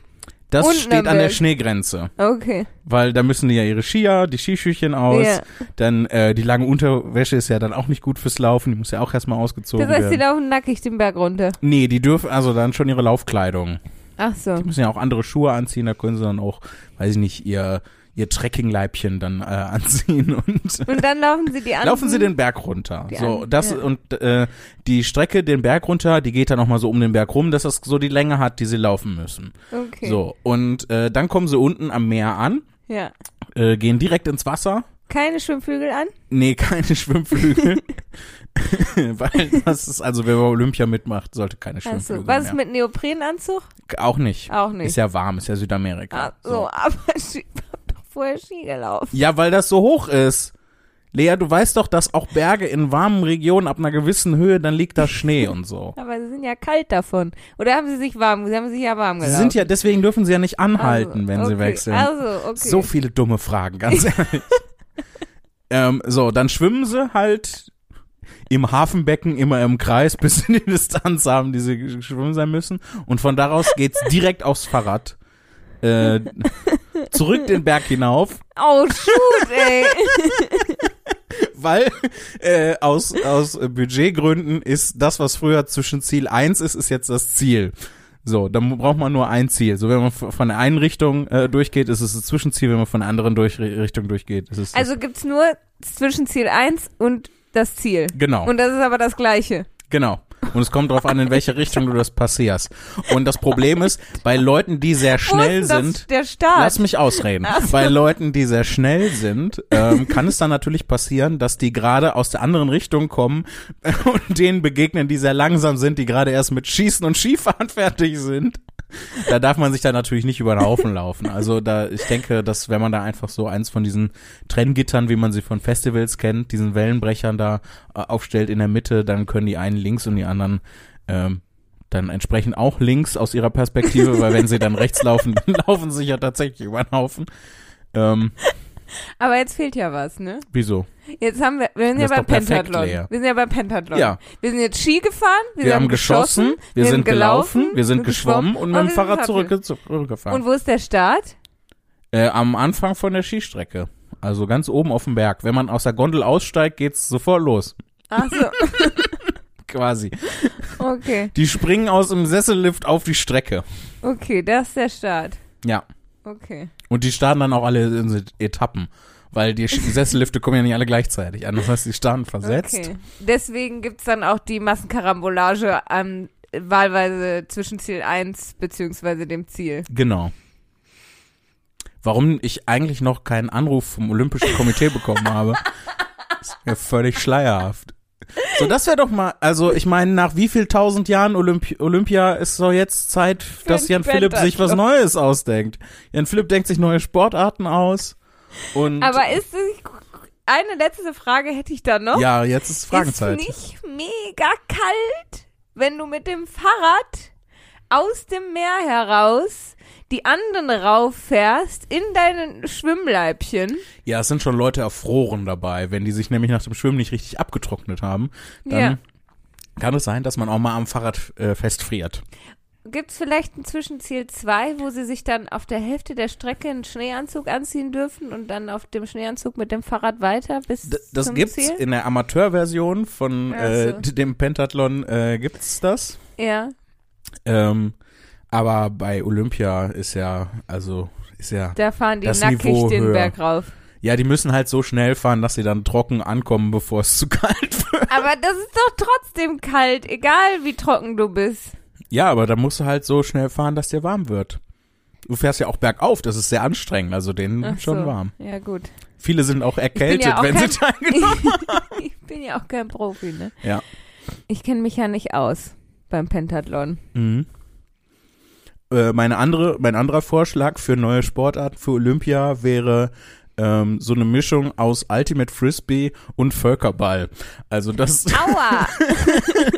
das
unten am
steht an der
Berg?
Schneegrenze,
Okay.
weil da müssen die ja ihre Skier, die Skischüchen aus,
Ja.
dann äh, die lange Unterwäsche ist ja dann auch nicht gut fürs Laufen, die muss ja auch erstmal ausgezogen
Das heißt, die
werden.
laufen nackig den Berg runter.
nee, die dürfen also dann schon ihre Laufkleidung.
Ach so.
Die müssen ja auch andere Schuhe anziehen, da können sie dann auch, weiß ich nicht, ihr ihr Trekkingleibchen dann äh, anziehen und
Und dann laufen sie die anderen.
Laufen Sie den Berg runter.
Die
so,
Anden,
das
ja.
und äh, die Strecke den Berg runter, die geht dann noch mal so um den Berg rum, dass das so die Länge hat, die sie laufen müssen.
Mhm. Okay.
So, und äh, dann kommen sie unten am Meer an,
Ja.
äh, gehen direkt ins Wasser.
Keine Schwimmflügel an?
Nee, keine Schwimmflügel. Weil das ist also wer bei Olympia mitmacht, sollte keine
Ach
Schwimmflügel
so. Was ist
mehr.
mit Neoprenanzug?
Auch nicht.
Auch nicht.
Ist ja warm, ist ja Südamerika.
Ach Ah, so, aber Ski, wir haben doch vorher Ski gelaufen.
Ja, weil das so hoch ist. Lea, du weißt doch, dass auch Berge in warmen Regionen ab einer gewissen Höhe, dann liegt da Schnee und so.
Aber sie sind ja kalt davon. Oder haben sie sich warm, sie haben sich ja warm
Sie
gelaufen.
sind ja, deswegen dürfen sie ja nicht anhalten,
Also,
wenn
okay.
sie wechseln.
Also, okay.
So viele dumme Fragen, ganz ehrlich. ähm, so, dann schwimmen sie halt im Hafenbecken immer im Kreis, bis sie die Distanz haben, die sie geschwommen sein müssen. Und von daraus geht's direkt aufs Fahrrad. Äh, zurück den Berg hinauf,
Oh, shoot, ey.
weil äh, aus, aus Budgetgründen ist das, was früher zwischen Ziel 1 ist, ist jetzt das Ziel. So, dann braucht man nur ein Ziel. So, wenn man f- von der einen Richtung äh, durchgeht, ist es das Zwischenziel, wenn man von der anderen durch, Richtung durchgeht, ist es das
Also gibt's nur zwischen Ziel 1 und das Ziel.
Genau,
Und das ist aber das Gleiche.
genau. Und es kommt drauf an, in welche Richtung du das passierst. Und das Problem ist, bei Leuten, die sehr schnell
Wo ist denn das,
sind,
der Start.
lass mich ausreden. Bei Leuten, die sehr schnell sind, ähm, kann es dann natürlich passieren, dass die gerade aus der anderen Richtung kommen und denen begegnen, die sehr langsam sind, die gerade erst mit Schießen und Skifahren fertig sind. Da darf man sich dann natürlich nicht über den Haufen laufen. Also da, ich denke, dass wenn man da einfach so eins von diesen Trenngittern, wie man sie von Festivals kennt, diesen Wellenbrechern da äh, aufstellt in der Mitte, dann können die einen links und die anderen ähm, dann entsprechend auch links aus ihrer Perspektive, weil wenn sie dann rechts laufen, dann laufen sie sich ja tatsächlich über den Haufen. Ähm,
Aber jetzt fehlt ja was, ne?
wieso?
Jetzt haben wir, wir sind ja
Das ist
beim
doch perfekt,
Pentathlon.
Lea.
Wir sind ja beim Pentathlon.
Ja,
Wir sind jetzt Ski gefahren, wir,
wir,
sind
haben geschossen, wir sind gelaufen, wir sind geschwommen und mit dem
wir sind
Fahrrad
Fahrrad-
zurück, zurückgefahren.
Und wo ist der Start?
Äh, am Anfang von der Skistrecke. Also ganz oben auf dem Berg. Wenn man aus der Gondel aussteigt, geht's sofort los.
Ach so,
Quasi.
Also, okay.
Die springen aus dem Sessellift auf die Strecke.
Okay, das ist der Start.
Ja.
Okay.
Und die starten dann auch alle in so Etappen. Weil die Sch- Sessellifte kommen ja nicht alle gleichzeitig an. Das heißt, die starten versetzt.
Okay. Deswegen gibt's dann auch die Massenkarambolage am wahlweise zwischen Ziel 1 beziehungsweise dem Ziel.
Genau. Warum ich eigentlich noch keinen Anruf vom Olympischen Komitee bekommen habe, ist mir völlig schleierhaft. So, das wäre doch mal, also ich meine, nach wie viel tausend Jahren Olympi Olympia ist doch jetzt Zeit, dass
den
Jan Philipp sich was
Pentathlon.
Neues ausdenkt. Jan Philipp denkt sich neue Sportarten aus und
Aber ist das, eine letzte Frage hätte ich da noch.
ja, jetzt ist Fragenzeit.
Ist nicht mega kalt, wenn du mit dem Fahrrad aus dem Meer heraus die Anden rauffährst in deinen Schwimmleibchen?
Ja, es sind schon Leute erfroren dabei, wenn die sich nämlich nach dem Schwimmen nicht richtig abgetrocknet haben, dann
Ja.
kann es sein, dass man auch mal am Fahrrad äh, festfriert.
Gibt's vielleicht ein Zwischenziel 2, wo sie sich dann auf der Hälfte der Strecke einen Schneeanzug anziehen dürfen und dann auf dem Schneeanzug mit dem Fahrrad weiter bis
D das
zum
gibt's
Ziel?
in der Amateurversion von
Ach
äh,
so.
d- dem Pentathlon äh, gibt's das.
Ja.
Ähm, aber bei Olympia ist ja, also ist ja,
Da fahren die
Das
nackig
Niveau
den
höher.
Berg rauf.
ja, die müssen halt so schnell fahren, dass sie dann trocken ankommen, bevor es zu kalt wird.
Aber das ist doch trotzdem kalt, egal wie trocken du bist.
Ja, aber da musst du halt so schnell fahren, dass dir warm wird. Du fährst ja auch bergauf, das ist sehr anstrengend, also denen
Ach
schon
so.
warm.
Ja, gut.
Viele sind auch erkältet,
auch
wenn sie
Genau.
teilgenommen
Ich bin ja auch kein Profi, ne?
Ja.
Ich kenne mich ja nicht aus beim Pentathlon.
Mhm. Äh, meine andere, mein anderer Vorschlag für neue Sportarten für Olympia wäre ähm, so eine Mischung aus Ultimate Frisbee und Völkerball. Also das
Aua!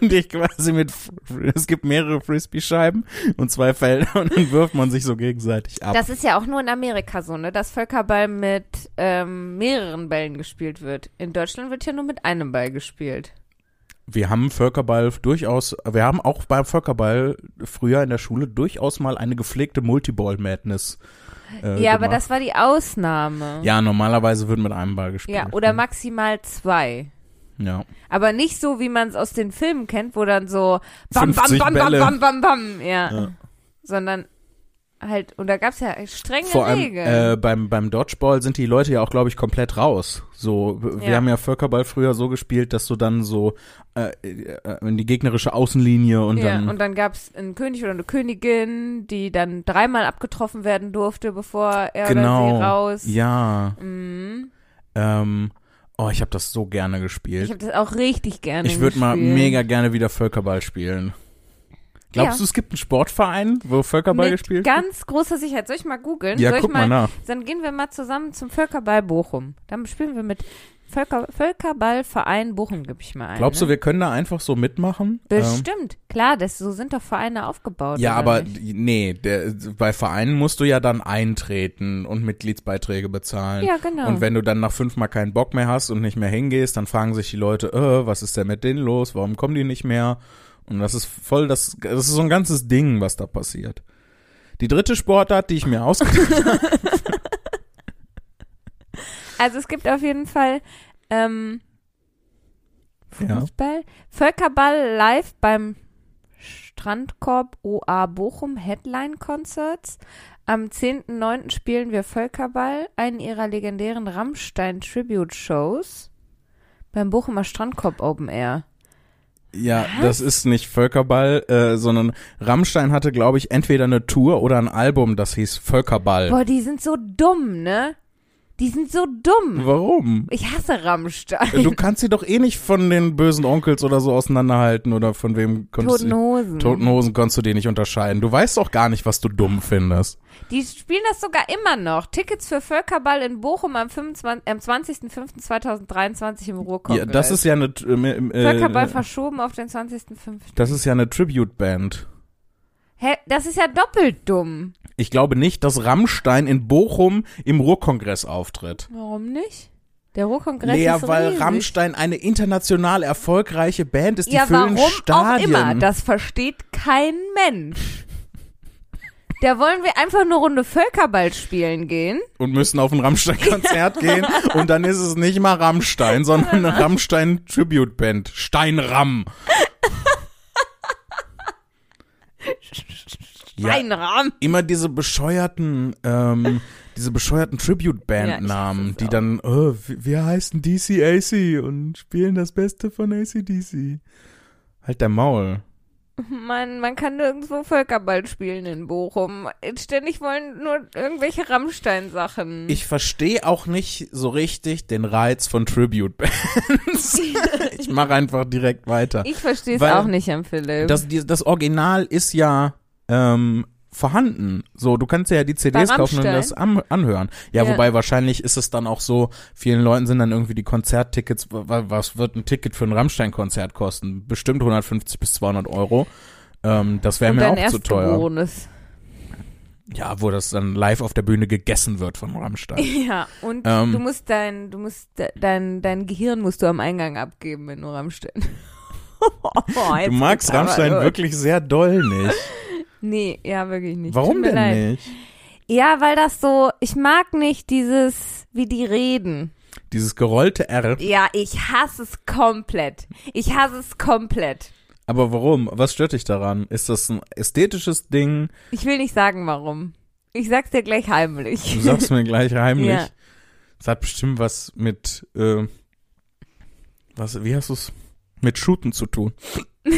dich quasi mit, Fr- es gibt mehrere Frisbee-Scheiben und zwei Felder und dann wirft man sich so gegenseitig ab.
Das ist ja auch nur in Amerika so, ne? Dass Völkerball mit ähm, mehreren Bällen gespielt wird. In Deutschland wird ja nur mit einem Ball gespielt.
wir haben Völkerball durchaus, wir haben auch beim Völkerball früher in der Schule durchaus mal eine gepflegte Multiball-Madness. Äh,
ja, aber
gemacht.
das war die Ausnahme.
Ja, normalerweise wird mit einem Ball gespielt. Mhm.
ja oder maximal zwei.
Ja.
Aber nicht so, wie man es aus den Filmen kennt, wo dann so bam, bam,
50
bam, bam,
Bälle.
bam, bam, bam, ja.
Ja.
Sondern halt, und da gab es ja strenge
Vor allem
Regeln.
äh, beim, beim Dodgeball sind die Leute ja auch, glaube ich, komplett raus. So, w- wir
Ja.
haben ja Völkerball früher so gespielt, dass du dann so äh, äh, in die gegnerische Außenlinie und
ja,
dann
und dann gab es einen König oder eine Königin, die dann dreimal abgetroffen werden durfte, bevor er oder
genau
sie raus.
ja
Mhm.
ähm, oh ich habe das so gerne
Ich
gespielt
habe das auch richtig gerne
ich würde mal
gespielt.
mega gerne wieder Völkerball spielen glaubst
Ja.
du es gibt einen Sportverein wo Völkerball
Mit
gespielt wird?
ganz großer Sicherheit. Soll ich mal googeln?
ja
Soll
guck
ich
mal,
mal,
nach
Dann gehen wir mal zusammen zum Völkerball Bochum. Dann spielen wir mit Völker, Völkerballverein Bochum, gebe ich mal ein.
glaubst du
ne?
wir können da einfach so mitmachen Ähm,
Bestimmt. Klar, das, so sind doch Vereine aufgebaut.
Ja,
oder
aber
Nicht?
nee, der, bei Vereinen musst du ja dann eintreten und Mitgliedsbeiträge bezahlen.
Ja, genau.
Und wenn du dann nach fünfmal keinen Bock mehr hast und nicht mehr hingehst, dann fragen sich die Leute, äh, was ist denn mit denen los? Warum kommen die nicht mehr? Und das ist voll, das, das ist so ein ganzes Ding, was da passiert. Die dritte Sportart, die ich mir ausgedacht
Also es gibt auf jeden Fall ähm,
Ja.
Fußball, Völkerball live beim Strandkorb OA Bochum Headline Concerts. Am 10.9. spielen wir Völkerball, einen ihrer legendären Rammstein Tribute Shows beim Bochumer Strandkorb Open Air.
Ja, das ist nicht Völkerball, äh, sondern Rammstein hatte, glaube ich, entweder eine Tour oder ein Album, das hieß Völkerball.
Boah, die sind so dumm, ne? Die sind so dumm.
Warum?
Ich hasse Rammstein.
Du kannst sie doch eh nicht von den bösen Onkels oder so auseinanderhalten oder von wem konntest
Toten
du.
Hosen.
Toten Hosen konntest du die nicht unterscheiden. Du weißt doch gar nicht, was du dumm findest.
Die spielen das sogar immer noch. Tickets für Völkerball in Bochum am, 25 am 20.05.2023 im Ruhrkongress.
Ja, das ist ja eine äh, äh,
Völkerball
äh,
verschoben auf den 20.05.
das ist ja eine Tribute Band.
Hä, das ist ja doppelt dumm.
Ich glaube nicht, dass Rammstein in Bochum im Ruhrkongress auftritt.
Warum nicht? Der Ruhrkongress
Lea,
ist
weil
riesig.
Rammstein eine international erfolgreiche Band ist, die
ja,
füllen
warum
Stadien.
auch immer. Das versteht kein Mensch. Da wollen wir einfach eine Runde Völkerball spielen gehen.
und müssen auf ein Rammstein-Konzert gehen und dann ist es nicht mal Rammstein, sondern eine Rammstein-Tribute-Band. Steinramm. ja,
Einrahmen.
immer diese bescheuerten, ähm, diese bescheuerten
Ja, ich
Tribute-Band-Namen,
hasse es
die
auch.
dann, oh, wir wir heißen DCAC und spielen das Beste von ACDC. Halt dein Maul.
Man, man kann nirgendwo Völkerball spielen in Bochum. Ständig wollen nur irgendwelche Rammstein-Sachen.
Ich verstehe auch nicht so richtig den Reiz von Tribute-Bands. ich mache einfach direkt weiter.
Ich verstehe es
Weil
auch nicht am Philipp.
Das, die- das Original ist ja ähm, vorhanden. So, du kannst ja die CDs
Bei
kaufen und
Rammstein?
das am, anhören. Ja,
Ja.
wobei wahrscheinlich ist es dann auch so, vielen Leuten sind dann irgendwie die Konzerttickets, wa- wa- was wird ein Ticket für ein Rammstein-Konzert kosten? Bestimmt 150 bis 200 Euro. Ähm, das wäre
Und
mir
dein
auch zu teuer.
Erstgeborenes.
Ja, wo das dann live auf der Bühne gegessen wird von Rammstein.
Ja, und
Ähm.
du musst dein, du musst de- dein, dein Gehirn musst du am Eingang abgeben, wenn du Rammstein. Boah, jetzt
Du magst
geht's aber
Rammstein
los.
wirklich sehr doll nicht.
Nee, ja, wirklich nicht. Tut
Warum
mir
denn
leid.
nicht?
Ja, weil das so, ich mag nicht dieses, wie die reden.
Dieses gerollte R.
Ja, ich hasse es komplett. Ich hasse es komplett.
Aber warum? Was stört dich daran? Ist das ein ästhetisches Ding?
Ich will nicht sagen, warum. Ich sag's dir gleich heimlich.
Du sagst mir gleich heimlich.
Ja.
Es hat bestimmt was mit, äh, was, wie hast du's? Mit Shooten zu tun.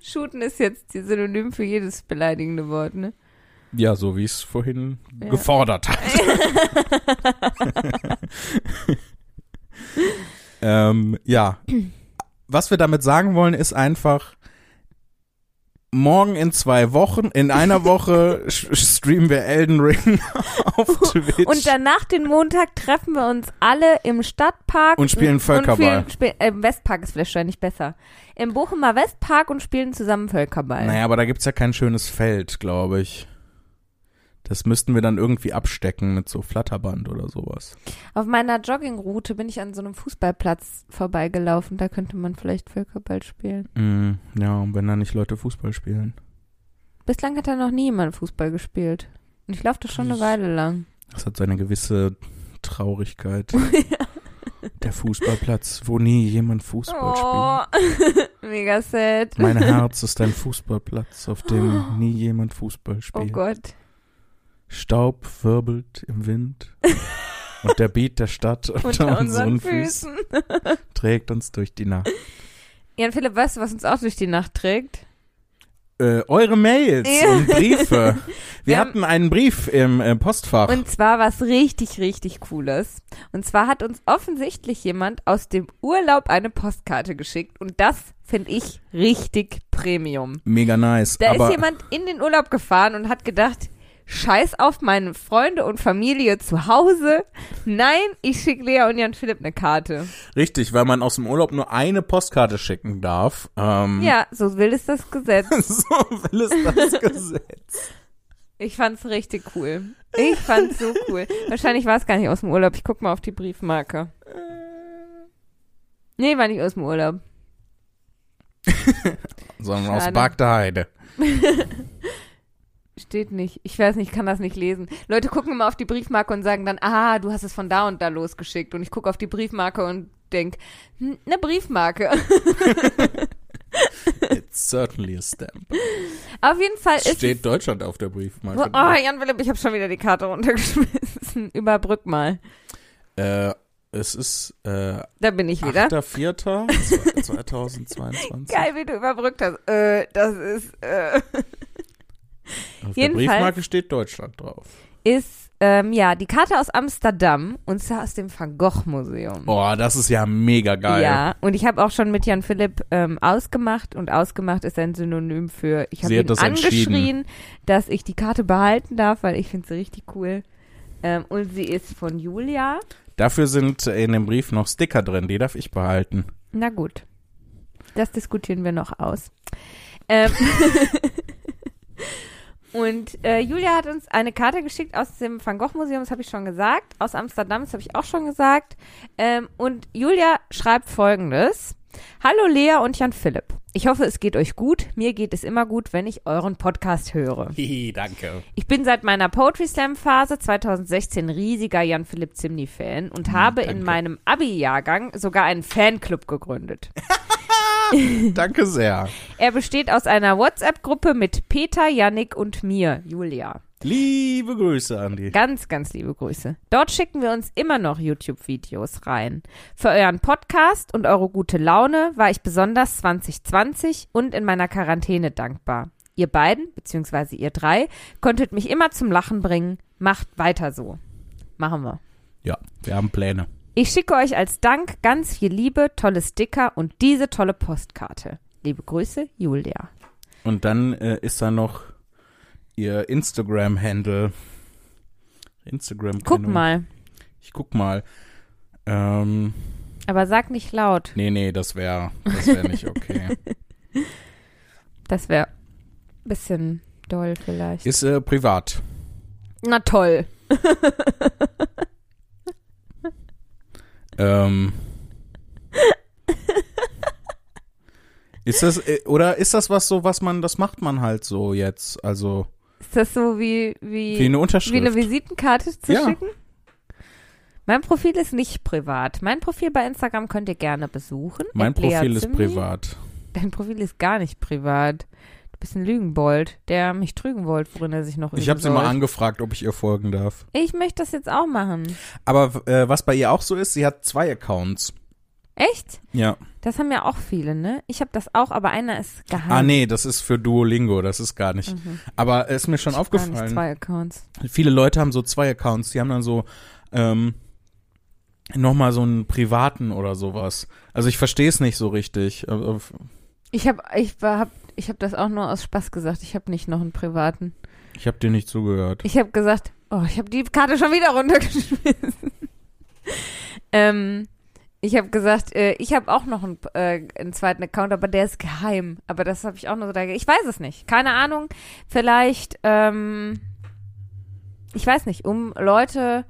Shooten ist jetzt die Synonym für jedes beleidigende Wort, ne?
Ja, so wie ich es vorhin
Ja.
gefordert hat. ähm, ja. Was wir damit sagen wollen, ist einfach, morgen in zwei Wochen, in einer Woche sch- streamen wir Elden Ring auf Twitch.
Und danach den Montag treffen wir uns alle im Stadtpark
Und spielen Völkerball.
Und spielen, spiel, äh, Im Westpark ist vielleicht wahrscheinlich besser. Im Bochumer Westpark und spielen zusammen Völkerball.
naja, aber da gibt's ja kein schönes Feld, glaube ich. Das müssten wir dann irgendwie abstecken mit so Flatterband oder sowas.
Auf meiner Joggingroute bin ich an so einem Fußballplatz vorbeigelaufen. Da könnte man vielleicht Völkerball spielen.
Mm, ja, und wenn da nicht Leute Fußball spielen.
Bislang hat da noch nie jemand Fußball gespielt. Und ich laufe das schon eine
Das-
Weile lang.
Das hat so eine gewisse Traurigkeit. Der Fußballplatz, wo nie jemand Fußball
Oh,
spielt.
mega sad.
Mein Herz ist ein Fußballplatz, auf dem nie jemand Fußball
Oh
spielt.
Gott.
Staub wirbelt im Wind und der Beat der Stadt unter,
Unter unseren
unseren Füßen
Füßen.
trägt uns durch die Nacht.
Jan Philipp, weißt du, was uns auch durch die Nacht trägt?
Äh, eure Mails
Ja.
und Briefe. Wir
Wir haben-
hatten einen Brief im äh, Postfach.
Und zwar was richtig, richtig Cooles. Und zwar hat uns offensichtlich jemand aus dem Urlaub eine Postkarte geschickt. Und das finde ich richtig Premium.
Mega nice.
Da
aber
ist jemand in den Urlaub gefahren und hat gedacht, scheiß auf meine Freunde und Familie zu Hause. Nein, ich schicke Lea und Jan Philipp eine Karte.
richtig, weil man aus dem Urlaub nur eine Postkarte schicken darf. Ähm,
Ja, so will es das Gesetz.
so will es das Gesetz.
Ich fand's richtig cool. Ich fand's so cool. Wahrscheinlich war es gar nicht aus dem Urlaub. Ich guck mal auf die Briefmarke.
Äh.
Nee, war nicht aus dem Urlaub.
Sondern
Schade.
aus Bagda Heide.
Steht nicht. Ich weiß nicht, kann das nicht lesen. Leute gucken immer auf die Briefmarke und sagen dann, ah, du hast es von da und da losgeschickt. Und ich gucke auf die Briefmarke und denk, hm, eine Briefmarke.
It's certainly a stamp.
auf jeden Fall Äh, ist.
Steht Deutschland auf der
oh,
Briefmarke.
Jan Philipp, ich habe schon wieder die Karte runtergeschmissen. Überbrück mal.
Äh, es ist äh,
Da bin ich wieder.
8.4.2022.
Geil, wie du überbrückt hast. Äh, das ist. Äh,
Auf der
Jedenfalls-
Briefmarke steht Deutschland drauf.
ist, ähm, ja, die Karte aus Amsterdam und zwar aus dem Van Gogh Museum.
Boah, das ist ja mega Oh, geil.
Ja, und ich habe auch schon mit Jan Philipp ähm, ausgemacht und ausgemacht ist ein Synonym für, ich habe
Sie hat
ihn
das entschieden.
angeschrien, dass ich die Karte behalten darf, weil ich finde sie richtig cool. Ähm, und sie ist von Julia.
Dafür sind in dem Brief noch Sticker drin, die darf ich behalten.
Na gut, das diskutieren wir noch aus. Ähm und äh, Julia hat uns eine Karte geschickt aus dem Van Gogh Museum, das habe ich schon gesagt, aus Amsterdam, das habe ich auch schon gesagt. Ähm, und Julia schreibt folgendes. Hallo Lea und Jan Philipp. Ich hoffe, es geht euch gut. Mir geht es immer gut, wenn ich euren Podcast höre.
Hihi, danke.
Ich bin seit meiner Poetry Slam Phase 2016 riesiger Jan Philipp Zimny Fan und habe in
danke.
meinem Abi Jahrgang sogar einen Fanclub gegründet.
Danke sehr.
Er besteht aus einer WhatsApp-Gruppe mit Peter, Yannick und mir, Julia.
Liebe Grüße, Andi.
Ganz, ganz liebe Grüße. Dort schicken wir uns immer noch YouTube-Videos rein. Für euren Podcast und eure gute Laune war ich besonders 2020 und in meiner Quarantäne dankbar. Ihr beiden, beziehungsweise ihr drei, konntet mich immer zum Lachen bringen. Macht weiter so. Machen wir.
Ja, wir haben Pläne.
Ich schicke euch als Dank ganz viel Liebe, tolle Sticker und diese tolle Postkarte. Liebe Grüße, Julia.
Und dann äh, ist da noch ihr Instagram-Handle. instagram
Guck mal.
Ich guck mal. Ähm,
Aber sag nicht laut.
nee, nee, das wäre das wär nicht okay.
Das wäre ein bisschen doll vielleicht.
Ist äh, privat.
Na toll.
Ähm. Ist das, äh, oder ist das was so, was man, das macht man halt so jetzt, also
Ist das so wie, wie,
wie eine Unterschrift.
wie eine Visitenkarte zu
Ja.
schicken? Mein Profil ist nicht privat. Mein Profil bei Instagram könnt ihr gerne besuchen.
mein
At Lea
Profil ist
Zimny.
privat.
Dein Profil ist gar nicht privat. Du bist ein Lügenbold, der mich trügen wollte, worin er sich noch
Ich
üben
habe sie mal
soll.
angefragt, ob ich ihr folgen darf.
Ich möchte das jetzt auch machen.
Aber äh, was bei ihr auch so ist, sie hat zwei Accounts.
Echt?
Ja.
Das haben ja auch viele, ne? Ich habe das auch, aber einer ist geheim.
Ah, nee, das ist für Duolingo, das ist gar nicht.
Mhm.
Aber ist mir schon
Ich hab gar Nicht
aufgefallen.
zwei Accounts.
Viele Leute haben so zwei Accounts, die haben dann so ähm, nochmal so einen privaten oder sowas. Also ich verstehe es nicht so richtig. Äh, äh,
Ich habe ich war, hab, ich hab das auch nur aus Spaß gesagt. Ich habe nicht noch einen privaten.
Ich habe dir nicht zugehört.
Ich habe gesagt, oh, ich habe die Karte schon wieder runtergeschmissen. ähm, ich habe gesagt, äh, ich habe auch noch einen, äh, einen zweiten Account, aber der ist geheim. Aber das habe ich auch nur so da. Ich weiß es nicht. Keine Ahnung. Vielleicht, ähm, ich weiß nicht, um Leute.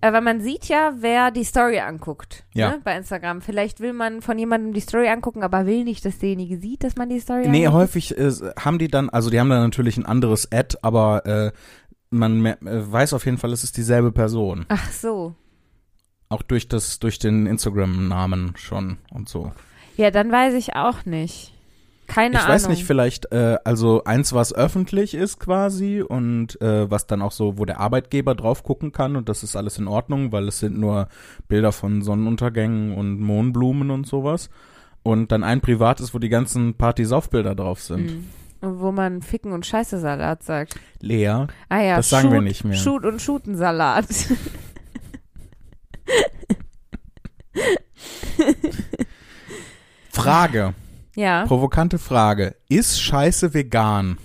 Äh, weil man sieht ja, wer die Story anguckt
Ja.
ne, bei Instagram. Vielleicht will man von jemandem die Story angucken, aber will nicht, dass derjenige sieht, dass man die Story
Nee,
anguckt.
häufig äh, haben die dann, also die haben dann natürlich ein anderes Ad, aber äh, man mer- äh, weiß auf jeden Fall, es ist dieselbe Person.
Ach so.
Auch durch das, durch den Instagram-Namen schon und so.
Ja, dann weiß ich auch nicht. Keine
ich
Ahnung.
weiß nicht, vielleicht, äh, also eins, was öffentlich ist quasi und äh, was dann auch so, wo der Arbeitgeber drauf gucken kann und das ist alles in Ordnung, weil es sind nur Bilder von Sonnenuntergängen und Mohnblumen und sowas. Und dann ein privates, wo die ganzen Party-Saufbilder drauf sind.
Mhm. Und wo man Ficken und Scheiße-Salat sagt.
Lea,
Ah ja,
das sagen
Shoot,
wir nicht mehr.
Shoot und Shooten-Salat.
Frage.
ja.
Provokante Frage. Ist Scheiße vegan?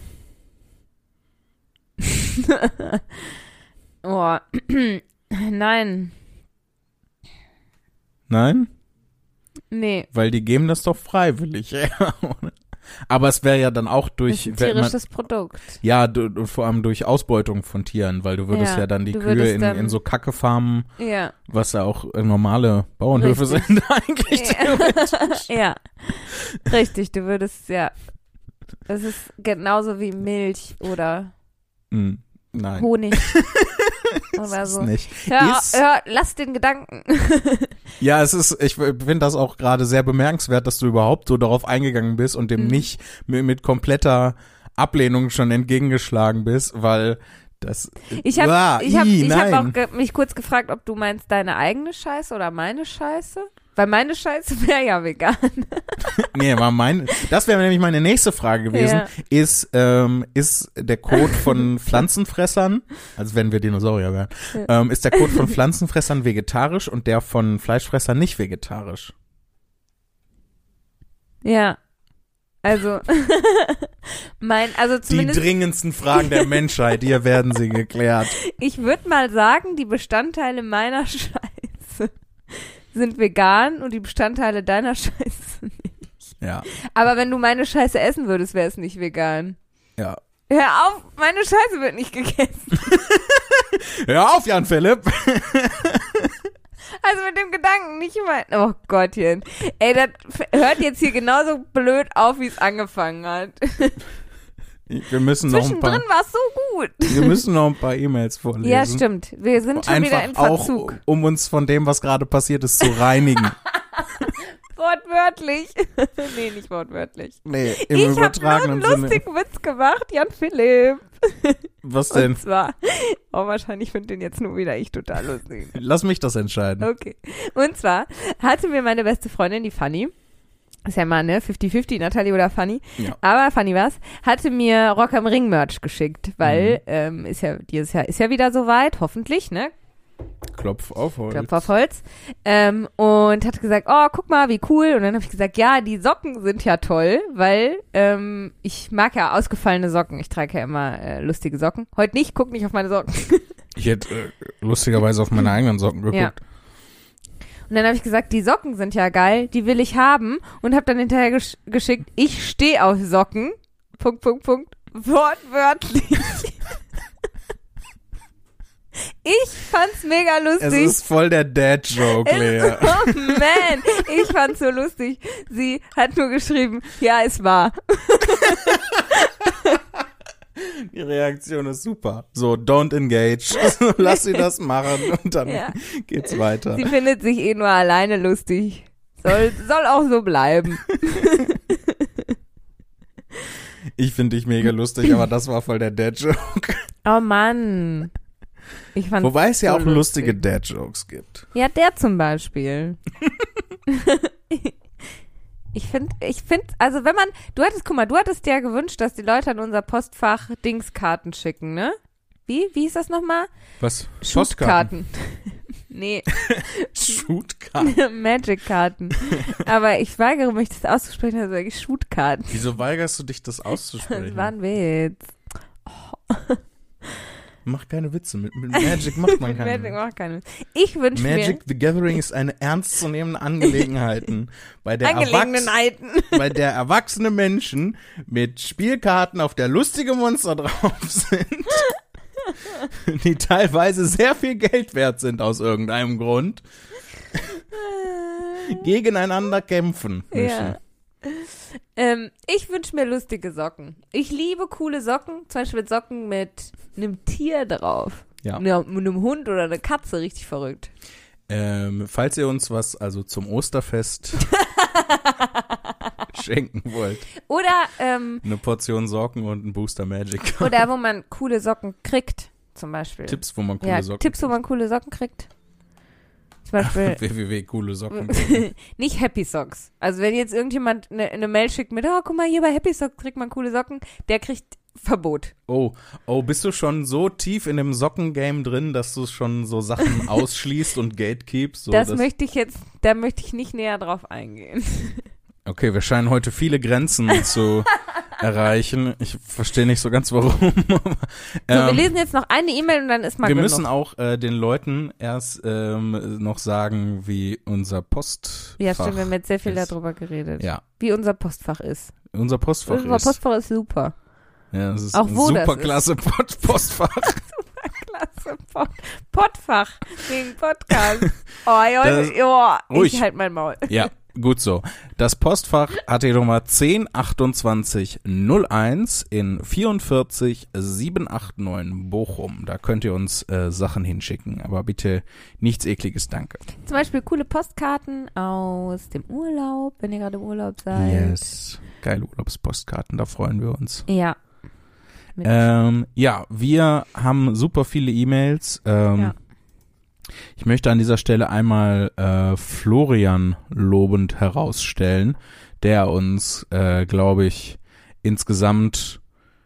Oh. Nein.
Nein?
Nee.
Weil die geben das doch freiwillig. her, oder? Aber es wäre ja dann auch
Ist
durch.
ein
wenn man-
tierisches Produkt.
ja, du, du, vor allem durch Ausbeutung von Tieren, weil du würdest
Ja,
ja, dann die
du würdest
Kühe in,
dann-
in so Kackefarmen,
Ja.
was ja auch äh, normale Bauernhöfe
Richtig.
sind, eigentlich.
ja. Richtig, du würdest, ja. Das ist genauso wie Milch oder
Hm, Nein.
Honig. oder
Das ist
so.
nicht.
Hör,
Ist-
hör, lass den Gedanken.
Ja, es ist, ich finde das auch gerade sehr bemerkenswert, dass du überhaupt so darauf eingegangen bist und dem
Mhm.
nicht mit, mit kompletter Ablehnung schon entgegengeschlagen bist, weil das.
Ich habe
Ah,
ich hab,
ih,
ich hab
nein.
auch ge mich kurz gefragt, ob du meinst deine eigene Scheiße oder meine Scheiße. Weil meine Scheiße wäre ja vegan.
Nee, war mein, das wäre nämlich meine nächste Frage gewesen.
Ja.
Ist, ähm, ist der Code von Pflanzenfressern, also wenn wir Dinosaurier wären, ähm, ist der Code von Pflanzenfressern vegetarisch und der von Fleischfressern nicht vegetarisch?
Ja. Also, mein, also
Die
zumindest,
dringendsten Fragen der Menschheit, hier werden sie geklärt.
ich würde mal sagen, die Bestandteile meiner Scheiße sind vegan und die Bestandteile deiner Scheiße.
Ja,
Aber wenn du meine Scheiße essen würdest, wäre es nicht vegan.
ja.
Hör auf, meine Scheiße wird nicht gegessen.
Hör auf, Jan Philipp!
Also mit dem Gedanken nicht immer. Oh Gottchen. Ey, das f- hört jetzt hier genauso blöd auf, wie es angefangen hat.
Wir müssen noch ein paar,
Zwischendrin war es so gut.
wir müssen noch ein paar E-Mails vorlesen.
Ja, stimmt. Wir sind schon wieder in
Einfach auch,
Verzug.
um uns von dem, was gerade passiert ist, zu reinigen.
Wortwörtlich. nee, nicht wortwörtlich.
nee, im
ich habe nur einen
übertragenen Sinne.
lustigen Witz gemacht, Jan Philipp.
Was denn?
Und zwar, oh, wahrscheinlich finde den jetzt nur wieder ich total lustig.
Lass mich das entscheiden.
Okay. Und zwar hatte mir meine beste Freundin, die Fanny, ist ja mal, ne? 50-50, Natalie oder Fanny.
Ja.
Aber Fanny war's, hatte mir Rock am Ring Merch geschickt,
Mhm.
weil ähm, ist ja dieses Jahr ist ja wieder soweit, hoffentlich, ne?
Klopf auf Holz.
Klopf auf Holz. Ähm, und hat gesagt, oh, guck mal, wie cool. Und dann habe ich gesagt, ja, die Socken sind ja toll, weil ähm, ich mag ja ausgefallene Socken. Ich trage ja immer äh, lustige Socken. Heute nicht, guck nicht auf meine Socken.
Ich hätte äh, lustigerweise auf meine eigenen Socken geguckt.
Und dann habe ich gesagt, die Socken sind ja geil, die will ich haben. Und habe dann hinterher gesch geschickt, ich stehe auf Socken. Punkt, Punkt, Punkt. Wortwörtlich. ich fand's mega lustig.
Es ist voll der Dad-Joke, Lea.
Oh man, ich fand's so lustig. Sie hat nur geschrieben, ja, es war.
Die Reaktion ist super. So, don't engage. Also, Lass sie das machen und dann
Ja.
geht's weiter.
Sie findet sich eh nur alleine lustig. Soll, soll auch so bleiben.
Ich finde dich mega lustig, aber das war voll der Dad-Joke.
Oh Mann. Ich fand
Wobei es ja
so
auch lustige
lustig.
Dad-Jokes gibt.
Ja, der zum Beispiel. finde, ich finde, also wenn man, du hattest, guck mal, du hattest dir ja gewünscht, dass die Leute an unser Postfach Dingskarten schicken, ne? Wie? Wie hieß das nochmal?
Was? Postkarten?
Schubkarten. nee,
Shootkarten.
Magic-Karten. Aber ich weigere mich, das auszusprechen, also sage ich Shoot-Karten.
Wieso weigerst du dich, das auszusprechen?
Das war ein Witz.
Mach keine Witze. Mit, mit Magic macht man keine
Magic macht keinen Witz. Ich wünsche mir
Magic the Gathering ist eine ernstzunehmende Angelegenheit, bei der, Erwachs
Angelegenheiten.
bei der erwachsene Menschen mit Spielkarten, auf der lustige Monster drauf sind, die teilweise sehr viel Geld wert sind aus irgendeinem Grund, gegeneinander kämpfen müssen.
Ja. Ähm, ich wünsche mir lustige Socken. Ich liebe coole Socken, zum Beispiel Socken mit einem Tier drauf.
Ja.
Mit einem Hund oder einer Katze, richtig verrückt.
Ähm, falls ihr uns was also zum Osterfest schenken wollt,
Oder, ähm,
eine Portion Socken und ein Booster Magic.
oder wo man coole Socken kriegt, zum Beispiel.
Tipps, wo man coole
ja,
Socken
Tipps, wo man coole Socken kriegt. Zum Beispiel
www.coolesocken.de.
nicht Happy Socks. Also wenn jetzt irgendjemand eine ne Mail schickt mit, oh, guck mal, hier bei Happy Socks kriegt man coole Socken, der kriegt Verbot.
Oh, oh, bist du schon so tief in dem Sockengame drin, dass du schon so Sachen ausschließt und gatekeepst? So,
das
dass-
möchte ich jetzt, da möchte ich nicht näher drauf eingehen.
okay, wir scheinen heute viele Grenzen zu erreichen. Ich verstehe nicht so ganz warum. aber,
So, wir
ähm,
lesen jetzt noch eine E-Mail und dann ist mal
wir
genug.
müssen auch äh, den Leuten erst ähm, noch sagen, wie unser Postfach
Ja, stimmt, wir haben jetzt sehr viel
ist-
darüber geredet.
ja,
Wie unser Postfach ist.
unser Postfach
unser
ist.
Postfach ist super.
ja, das ist
Auch
ein
wo das
superklasse Pod- Postfach.
Klasse, Pod Podfach wegen Podcast. Oh,
Das-
Leute, oh,
Ruhig.
ich halt mein Maul.
Ja, gut so. Das Postfach hat die Nummer 102801 in 44789 Bochum. Da könnt ihr uns äh, Sachen hinschicken, aber bitte nichts ekliges, danke.
Zum Beispiel coole Postkarten aus dem Urlaub, wenn ihr gerade im Urlaub seid.
Yes. Geile Urlaubspostkarten, da freuen wir uns.
Ja. Mit
Ähm, ja, wir haben super viele E-Mails. Ähm,
Ja.
Ich möchte an dieser Stelle einmal äh, Florian lobend herausstellen, der uns, äh, glaube ich, insgesamt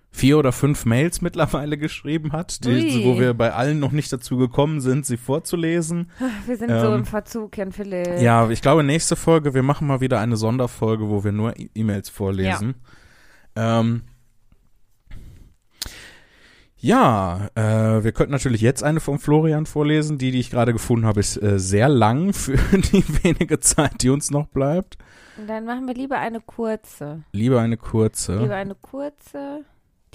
vier oder fünf Mails mittlerweile geschrieben hat, die,
Ui.
wo wir bei allen noch nicht dazu gekommen sind, sie vorzulesen.
Ach, wir sind so
ähm,
im Verzug, Jan Philipp.
Ja, ich glaube, nächste Folge, wir machen mal wieder eine Sonderfolge, wo wir nur E- E-Mails vorlesen. Ja, ähm, ja äh, wir könnten natürlich jetzt eine von Florian vorlesen. Die, die ich gerade gefunden habe, ist äh, sehr lang für die wenige Zeit, die uns noch bleibt.
Und dann machen wir lieber eine kurze.
Lieber eine kurze.
Lieber eine kurze.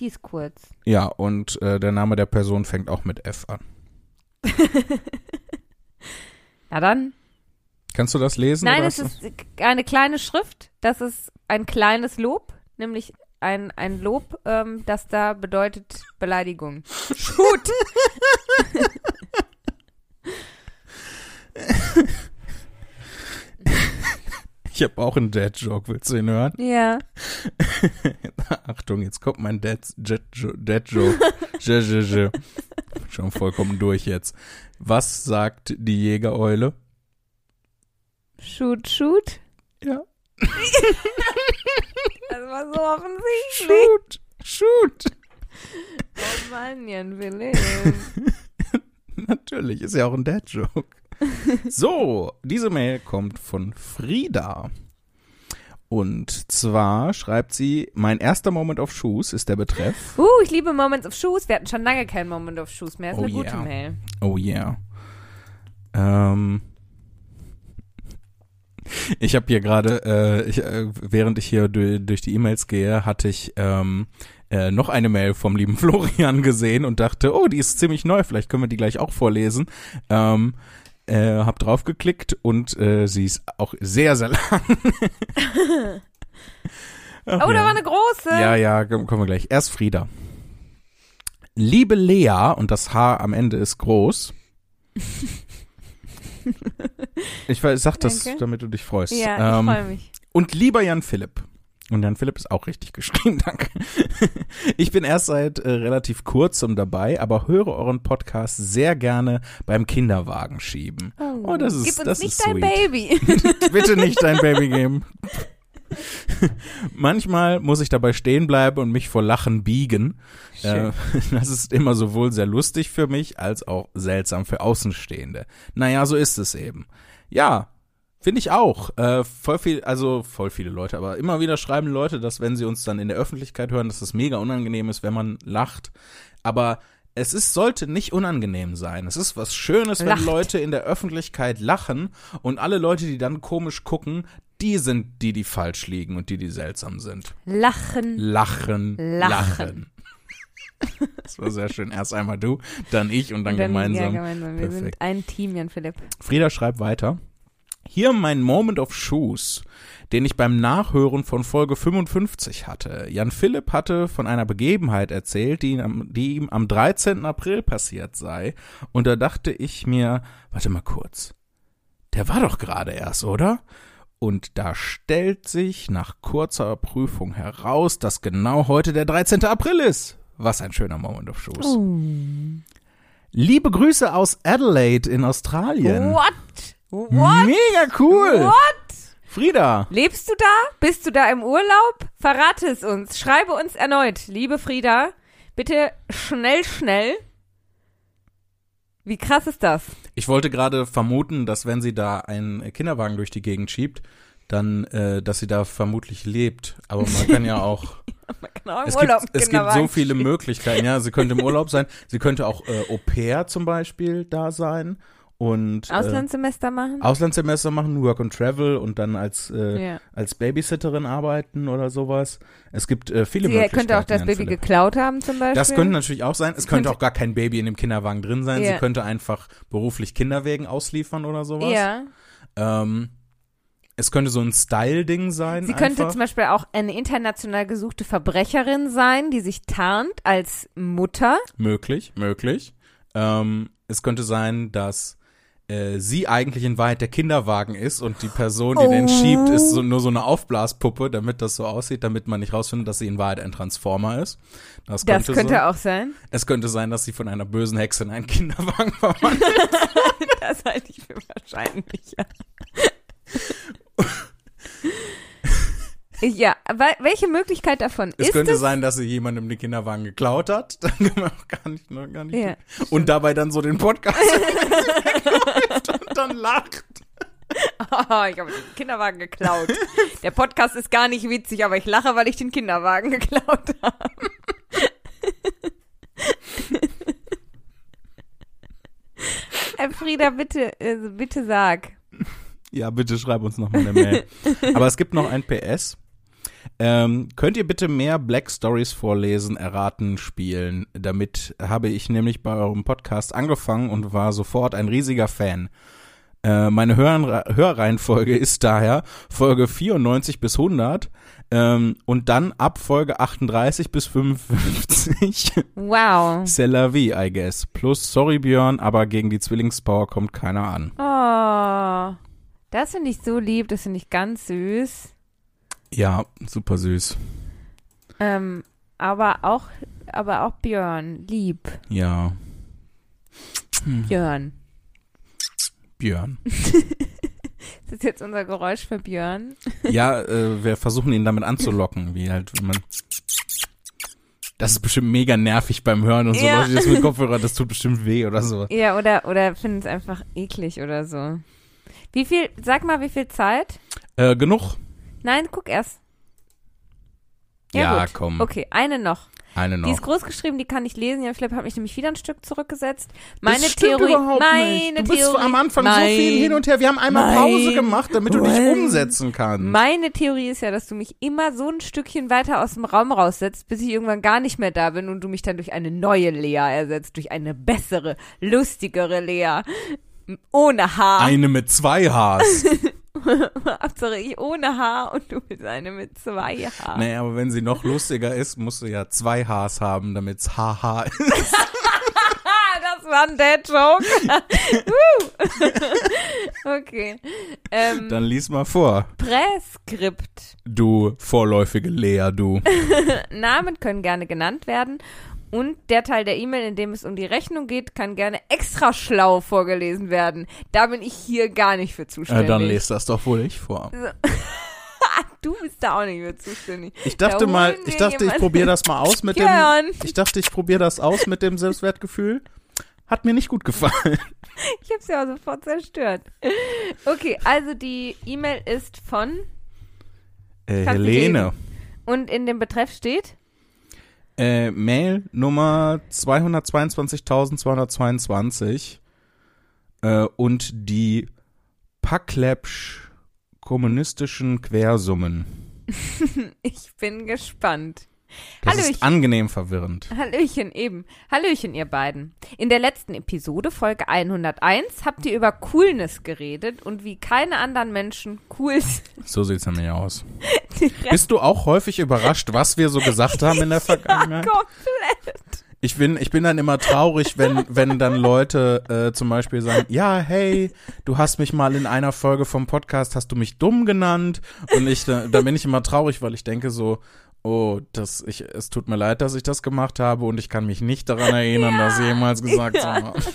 Die ist kurz.
Ja, und äh, der Name der Person fängt auch mit F an.
Na dann.
Kannst du das lesen?
Nein,
oder
es
hast du-
ist eine kleine Schrift. Das ist ein kleines Lob, nämlich ein, ein Lob, ähm, das da bedeutet Beleidigung. Schut!
Ich habe auch einen Dad-Joke. Willst du ihn hören?
ja.
Achtung, jetzt kommt mein Dead, Jet, Jo- Dead Joke. Je, je, je. Bin Schon vollkommen durch jetzt. Was sagt die Jägereule?
Schut, schut.
Ja.
Das war so offensichtlich.
Shoot, shoot.
Oh Mann, Jan Philipp.
Natürlich, ist ja auch ein Dead Joke. So, diese Mail kommt von Frieda. Und zwar schreibt sie, mein erster Moment auf Shoes ist der Betreff.
Uh, ich liebe Moments of Shoes. Wir hatten schon lange keinen Moment of Shoes mehr. Ist
Oh
eine gute
yeah.
Mail.
Oh yeah. Ähm, ich habe hier gerade, äh, ich, äh, während ich hier du, durch die E-Mails gehe, hatte ich ähm, äh, noch eine Mail vom lieben Florian gesehen und dachte, oh, die ist ziemlich neu, vielleicht können wir die gleich auch vorlesen. Ähm, äh, hab drauf geklickt und äh, sie ist auch sehr, sehr lang. Ach
Oh, da
ja.
war eine große.
Ja, ja, komm- kommen wir gleich. Erst Frieda. Liebe Lea, und das H am Ende ist groß. Ich weiß, sag das,
Danke.
damit du dich freust.
Ja,
Ähm,
ich freue mich.
und lieber Jan Philipp. Und Jan Philipp ist auch richtig geschrieben, danke. Ich bin erst seit äh, relativ kurzem dabei, aber höre euren Podcast sehr gerne beim Kinderwagen schieben. Oh, das ist-
Gib uns
das
nicht
ist
dein
sweet.
Baby.
Bitte nicht dein Baby geben. Manchmal muss ich dabei stehen bleiben und mich vor Lachen biegen.
Schön.
Äh, das ist immer sowohl sehr lustig für mich als auch seltsam für Außenstehende. Naja, so ist es eben. Ja, finde ich auch. Äh, voll viel, also voll viele Leute, aber immer wieder schreiben Leute, dass wenn sie uns dann in der Öffentlichkeit hören, dass es mega unangenehm ist, wenn man lacht. Aber es ist, sollte nicht unangenehm sein. Es ist was Schönes, wenn
Lacht.
Leute in der Öffentlichkeit lachen und alle Leute, die dann komisch gucken, die sind die, die falsch liegen und die, die seltsam sind.
Lachen.
Lachen, lachen.
Lachen.
Das war sehr schön. Erst einmal du, dann ich und dann, gemeinsam.
Ja, gemeinsam. Wir
Perfekt.
sind ein Team, Jan Philipp.
Frieda schreibt weiter. Hier mein Moment of Shoes, den ich beim Nachhören von Folge 55 hatte. Jan Philipp hatte von einer Begebenheit erzählt, die, ihn am, die ihm am 13. April passiert sei. Und da dachte ich mir, warte mal kurz, der war doch gerade erst, oder? Und da stellt sich nach kurzer Prüfung heraus, dass genau heute der 13. April ist. Was ein schöner Moment of Shoes. Liebe Grüße aus Adelaide in Australien.
What? What?
Mega Hm? cool.
What?
Frieda.
Lebst du da? Bist du da im Urlaub? Verrate es uns. Schreibe uns erneut, liebe Frieda. Bitte schnell, schnell. Wie krass ist das?
Ich wollte gerade vermuten, dass wenn sie da einen Kinderwagen durch die Gegend schiebt, dann, äh, dass sie da vermutlich lebt. Aber man kann ja auch.
Man kann auch im
es gibt,
Urlaub
es gibt
Kinderwagen
so viele
schieben.
Möglichkeiten. Ja, sie könnte im Urlaub sein. Sie könnte auch äh, Au pair zum Beispiel da sein und äh,
Auslandssemester machen?
Auslandssemester machen, Work and Travel und dann als äh,
ja.
als Babysitterin arbeiten oder sowas. Es gibt äh, viele
Sie
Möglichkeiten.
könnte auch das
Jan
Baby
Philipp.
geklaut haben zum Beispiel.
Das könnte natürlich auch sein. Es könnte
könnte-
auch gar kein Baby in dem Kinderwagen drin sein. Sie
Ja.
könnte einfach beruflich Kinderwägen ausliefern oder sowas.
Ja.
Ähm, es könnte so ein Style-Ding sein.
Sie könnte
einfach.
zum Beispiel auch eine international gesuchte Verbrecherin sein, die sich tarnt als Mutter.
Möglich, möglich. Ähm, es könnte sein, dass äh, sie eigentlich in Wahrheit der Kinderwagen ist und die Person, die den
Oh.
schiebt, ist so, nur so eine Aufblaspuppe, damit das so aussieht, damit man nicht rausfindet, dass sie in Wahrheit ein Transformer ist. Das
Das
könnte,
könnte,
sein.
auch sein.
Es könnte sein, dass sie von einer bösen Hexe in einen Kinderwagen verwandelt
Das halte ich für wahrscheinlich. Ja, ja weil, welche Möglichkeit davon
Es
ist
könnte
es?
sein, dass sie jemandem den Kinderwagen geklaut hat. Dann kann man auch gar nicht, ne, gar nicht.
Ja,
und dabei dann so den Podcast wegläuft und dann lacht.
Oh, ich habe den Kinderwagen geklaut. Der Podcast ist gar nicht witzig, aber ich lache, weil ich den Kinderwagen geklaut habe. Herr Frieda, bitte, äh, bitte sag.
Ja, bitte schreib uns nochmal eine Mail. Aber es gibt noch ein PS. Ähm, könnt ihr bitte mehr Black Stories vorlesen, erraten, spielen? Damit habe ich nämlich bei eurem Podcast angefangen und war sofort ein riesiger Fan. Äh, meine Hör Hörreihenfolge ist daher Folge 94 bis 100 ähm, und dann ab Folge 38 bis 55
Wow.
C'est la vie, I guess. Plus, sorry Björn, aber gegen die Zwillingspower kommt keiner an.
Oh, das finde ich so lieb, das finde ich ganz süß.
Ja, super süß.
Ähm, aber auch, aber auch Björn, lieb.
Ja,
Björn.
Björn.
Das ist jetzt unser Geräusch für Björn.
Ja, äh, wir versuchen ihn damit anzulocken, wie halt, wenn man. Das ist bestimmt mega nervig beim Hören und so.
Ja.
Leute, das mit Kopfhörer, das tut bestimmt weh oder so.
Ja, oder, oder finden es einfach eklig oder so. Wie viel, sag mal, wie viel Zeit?
Äh, genug?
Nein, guck erst.
Ja,
Ja, gut.
komm.
Okay, eine noch.
Eine
Die
noch.
ist groß geschrieben, die kann ich lesen. Jan Philipp hat mich nämlich wieder ein Stück zurückgesetzt. Meine
das stimmt
Theorie.
überhaupt
meine
nicht. Du bist
Theorie.
am Anfang so viel
Nein.
hin und her. Wir haben einmal
Nein.
Pause gemacht, damit du dich
Nein.
umsetzen kannst.
Meine Theorie ist ja, dass du mich immer so ein Stückchen weiter aus dem Raum raussetzt, bis ich irgendwann gar nicht mehr da bin und du mich dann durch eine neue Lea ersetzt, durch eine bessere, lustigere Lea. Ohne Haar.
Eine mit zwei Hs.
Hauptsache ich ohne Haar und du bist eine mit zwei Haaren.
Naja, aber wenn sie noch lustiger ist, musst du ja zwei Hs haben, damit's haha ist.
Ah, das war ein Dad-Joke. Woo. okay. Ähm,
Dann lies mal vor.
Präskript.
Du vorläufige Lea, du.
Namen können gerne genannt werden. Und der Teil der E-Mail, in dem es um die Rechnung geht, kann gerne extra schlau vorgelesen werden. Da bin ich hier gar nicht für
Äh,
zuständig. Ah,
dann lest das doch wohl ich vor.
Du bist da auch nicht mehr zuständig.
Ich dachte
Da
mal,
holen
ich
wir
dachte, ich
jemanden.
probiere das mal aus mit dem,
Björn.
ich dachte, ich probiere das aus mit dem Selbstwertgefühl. Hat mir nicht gut gefallen.
Ich hab's ja auch sofort zerstört. Okay, also die E-Mail ist von
Äh,
Kannst du
Helene,
und in dem Betreff steht
äh, Mail Nummer 222.222 äh, und die Packlepsch kommunistischen Quersummen.
Ich bin gespannt.
Das
Hallo,
ist angenehm verwirrend.
Hallöchen, eben. Hallöchen, ihr beiden. In der letzten Episode, Folge 101, habt ihr über Coolness geredet und wie keine anderen Menschen cool sind.
So sieht's nämlich aus. Bist du auch häufig überrascht, was wir so gesagt haben in der Vergangenheit?
Komplett.
Ich bin, ich bin dann immer traurig, wenn, wenn dann Leute äh, zum Beispiel sagen, ja, hey, du hast mich mal in einer Folge vom Podcast, hast du mich dumm genannt. Und ich, da- dann bin ich immer traurig, weil ich denke so, oh, das, ich, es tut mir leid, dass ich das gemacht habe und ich kann mich nicht daran erinnern, dass ich jemals gesagt habe.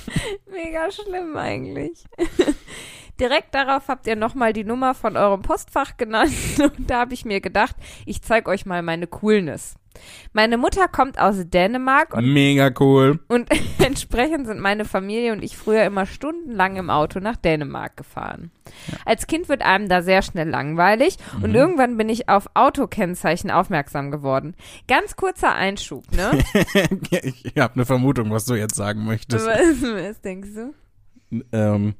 Oh Mega schlimm eigentlich. Direkt darauf habt ihr nochmal die Nummer von eurem Postfach genannt und da habe ich mir gedacht, ich zeig euch mal meine Coolness. Meine Mutter kommt aus Dänemark und
Mega cool.
Und entsprechend sind meine Familie und ich früher immer stundenlang im Auto nach Dänemark gefahren. Als Kind wird einem da sehr schnell langweilig und irgendwann bin ich auf Autokennzeichen aufmerksam geworden. Ganz kurzer Einschub, ne?
Ich, ich habe eine Vermutung, was du jetzt sagen möchtest.
was, was denkst du?
Ähm,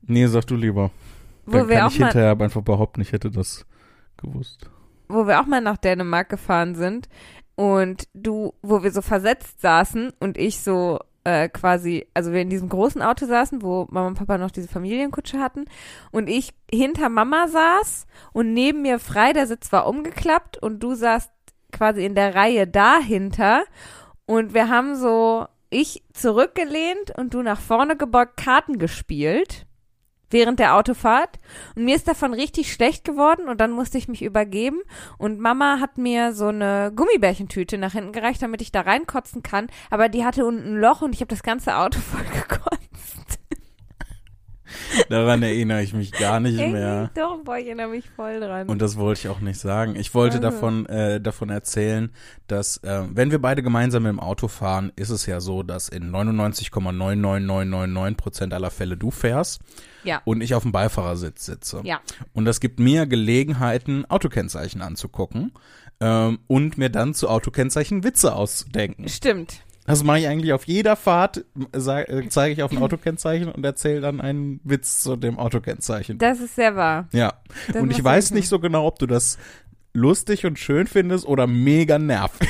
nee, sag du lieber.
Wo wir, auch mal,
einfach behaupten, ich hätte das gewusst.
wo wir auch mal nach Dänemark gefahren sind und du, wo wir so versetzt saßen und ich so äh, quasi, also wir in diesem großen Auto saßen, wo Mama und Papa noch diese Familienkutsche hatten und ich hinter Mama saß und neben mir frei, der Sitz war umgeklappt und du saßt quasi in der Reihe dahinter und wir haben so, ich zurückgelehnt und du nach vorne gebeugt, Karten gespielt während der Autofahrt und mir ist davon richtig schlecht geworden und dann musste ich mich übergeben und Mama hat mir so eine Gummibärchentüte nach hinten gereicht, damit ich da reinkotzen kann, aber die hatte unten ein Loch und ich habe das ganze Auto voll gekotzt.
Daran erinnere ich mich gar nicht mehr.
Irgendwie Doch, boah, ich erinnere mich voll dran.
Und das wollte ich auch nicht sagen. Ich wollte
Also.
davon, äh, davon erzählen, dass äh, wenn wir beide gemeinsam im Auto fahren, ist es ja so, dass in 99,99999 Prozent aller Fälle du fährst
ja,
und ich auf dem Beifahrersitz sitze.
ja.
Und das gibt mir Gelegenheiten, Autokennzeichen anzugucken ähm, und mir dann zu Autokennzeichen Witze auszudenken.
Stimmt.
Das mache ich eigentlich auf jeder Fahrt, sag- äh, zeige ich auf ein Autokennzeichen und erzähle dann einen Witz zu dem Autokennzeichen.
Das ist sehr wahr.
ja.
das
Und
machst
ich
du
weiß
nicht
nicht so genau, ob du das lustig und schön findest oder mega nervig.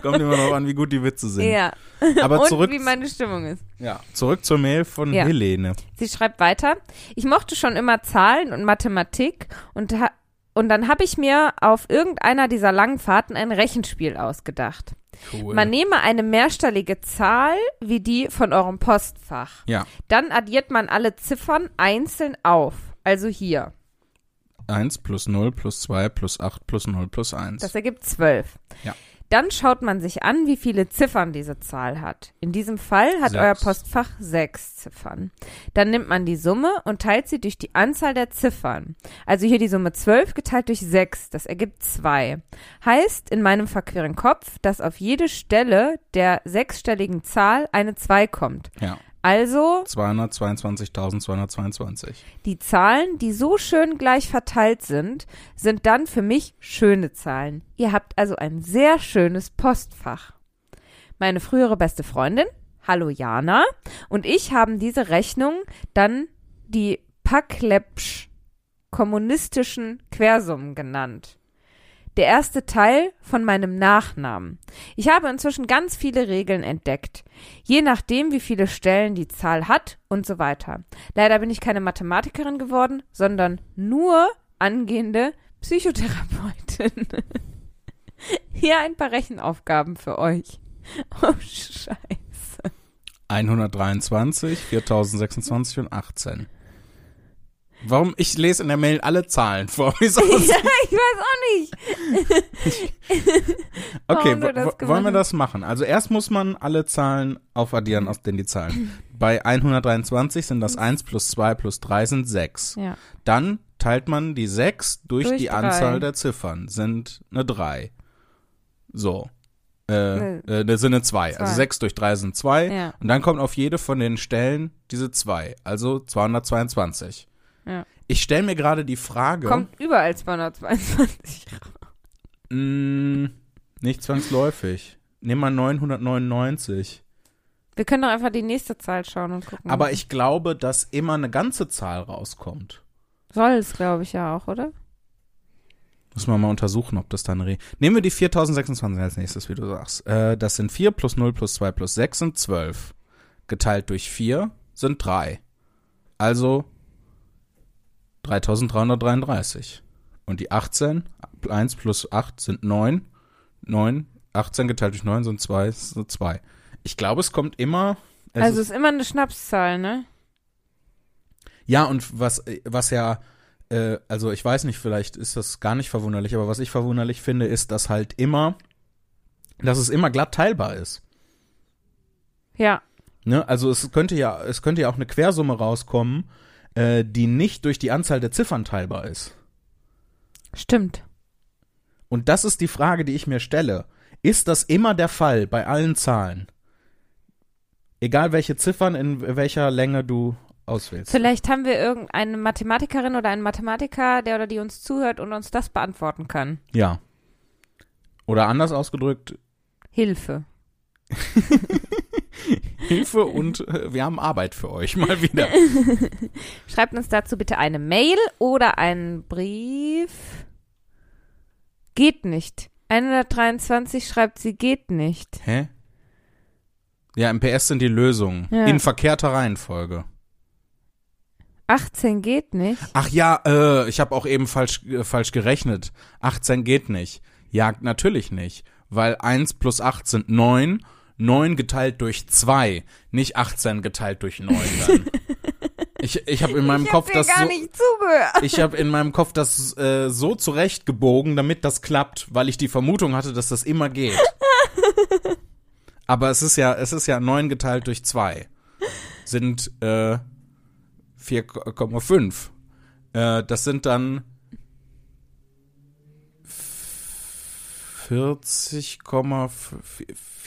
Kommt immer noch an, wie gut die Witze sind.
ja.
Aber
Und
zurück,
wie meine Stimmung ist.
ja, zurück zur Mail von
Ja.
Helene.
Sie schreibt weiter, ich mochte schon immer Zahlen und Mathematik und, ha und dann habe ich mir auf irgendeiner dieser langen Fahrten ein Rechenspiel ausgedacht.
Cool.
Man nehme eine mehrstellige Zahl wie die von eurem Postfach.
ja,
Dann addiert man alle Ziffern einzeln auf. Also hier.
1 plus 0 plus 2 plus 8 plus 0 plus 1.
Das ergibt zwölf.
Ja.
Dann schaut man sich an, wie viele Ziffern diese Zahl hat. In diesem Fall hat
Sechs.
euer Postfach sechs Ziffern. Dann nimmt man die Summe und teilt sie durch die Anzahl der Ziffern. Also hier die Summe 12 geteilt durch sechs, das ergibt zwei. Heißt in meinem verqueren Kopf, dass auf jede Stelle der sechsstelligen Zahl eine zwei kommt.
ja,
Also
222.222.
die Zahlen, die so schön gleich verteilt sind, sind dann für mich schöne Zahlen. Ihr habt also ein sehr schönes Postfach. Meine frühere beste Freundin, hallo Jana, und ich haben diese Rechnung dann die Paklepsch kommunistischen Quersummen genannt. Der erste Teil von meinem Nachnamen. Ich habe inzwischen ganz viele Regeln entdeckt. Je nachdem, wie viele Stellen die Zahl hat und so weiter. Leider bin ich keine Mathematikerin geworden, sondern nur angehende Psychotherapeutin. Hier ein paar Rechenaufgaben für euch. Oh, Scheiße.
123, 4026 und 18. Warum? Ich lese in der Mail alle Zahlen vor. Wieso?
ja, ich weiß auch nicht.
Okay,
Warum du
wo-
das
wo- wollen wir
gemacht
das machen? Also erst muss man alle Zahlen aufaddieren, aus denen die Zahlen. Bei 123 sind das 1 plus 2 plus 3 sind 6.
Mhm. Ja.
Dann teilt man die 6 durch,
Durch
die
drei.
Anzahl der Ziffern, sind eine 3. So. Äh,
Nee.
äh, das sind eine 2.
Zwei.
Also 6 durch 3 sind 2.
Ja.
Und dann kommt auf jede von den Stellen diese 2, also 222.
Ja.
Ich stelle mir gerade die Frage,
Kommt überall 222
mh, nicht zwangsläufig. Nimm mal 999.
Wir können doch einfach die nächste Zahl schauen und gucken.
Aber ich glaube, dass immer eine ganze Zahl rauskommt.
Soll es, glaube ich, ja auch, oder?
Muss man mal untersuchen, ob das dann re. Nehmen wir die 4026 als nächstes, wie du sagst. Äh, das sind 4 plus 0 plus 2 plus 6 sind 12. Geteilt durch 4 sind 3. Also 3333. Und die 18, 1 plus 8 sind 9. 9, 18 geteilt durch 9 sind 2, sind 2. Ich glaube, es kommt immer. es
also es ist immer eine Schnapszahl, ne?
Ja, und was, was ja, äh, also ich weiß nicht, vielleicht ist das gar nicht verwunderlich, aber was ich verwunderlich finde, ist, dass halt immer, dass es immer glatt teilbar ist.
Ja.
Ne? Also es könnte ja, es könnte ja auch eine Quersumme rauskommen, äh, die nicht durch die Anzahl der Ziffern teilbar ist.
Stimmt.
Und das ist die Frage, die ich mir stelle. Ist das immer der Fall bei allen Zahlen? Egal welche Ziffern in welcher Länge du auswählst.
Vielleicht haben wir irgendeine Mathematikerin oder einen Mathematiker, der oder die uns zuhört und uns das beantworten kann.
Ja. Oder anders ausgedrückt,
Hilfe.
Hilfe und äh, wir haben Arbeit für euch mal wieder.
Schreibt uns dazu bitte eine Mail oder einen Brief. Geht nicht. 123 schreibt sie geht nicht.
Hä? Ja, im PS sind die Lösungen.
Ja.
In verkehrter Reihenfolge.
18 geht nicht.
Ach ja, äh, ich habe auch eben falsch, äh, falsch gerechnet. 18 geht nicht. Ja, natürlich nicht. Weil 1 plus 8 sind 9. 9 geteilt durch 2. Nicht 18 geteilt durch 9 dann. ich ich habe in meinem
ich
Kopf
hab dir
das
gar
so,
nicht zugehört.
ich habe in meinem Kopf das äh, so zurechtgebogen, damit das klappt, weil ich die Vermutung hatte, dass das immer geht. Aber es ist ja, es ist ja 9 geteilt durch 2. Sind äh, 4,5. Äh, das sind dann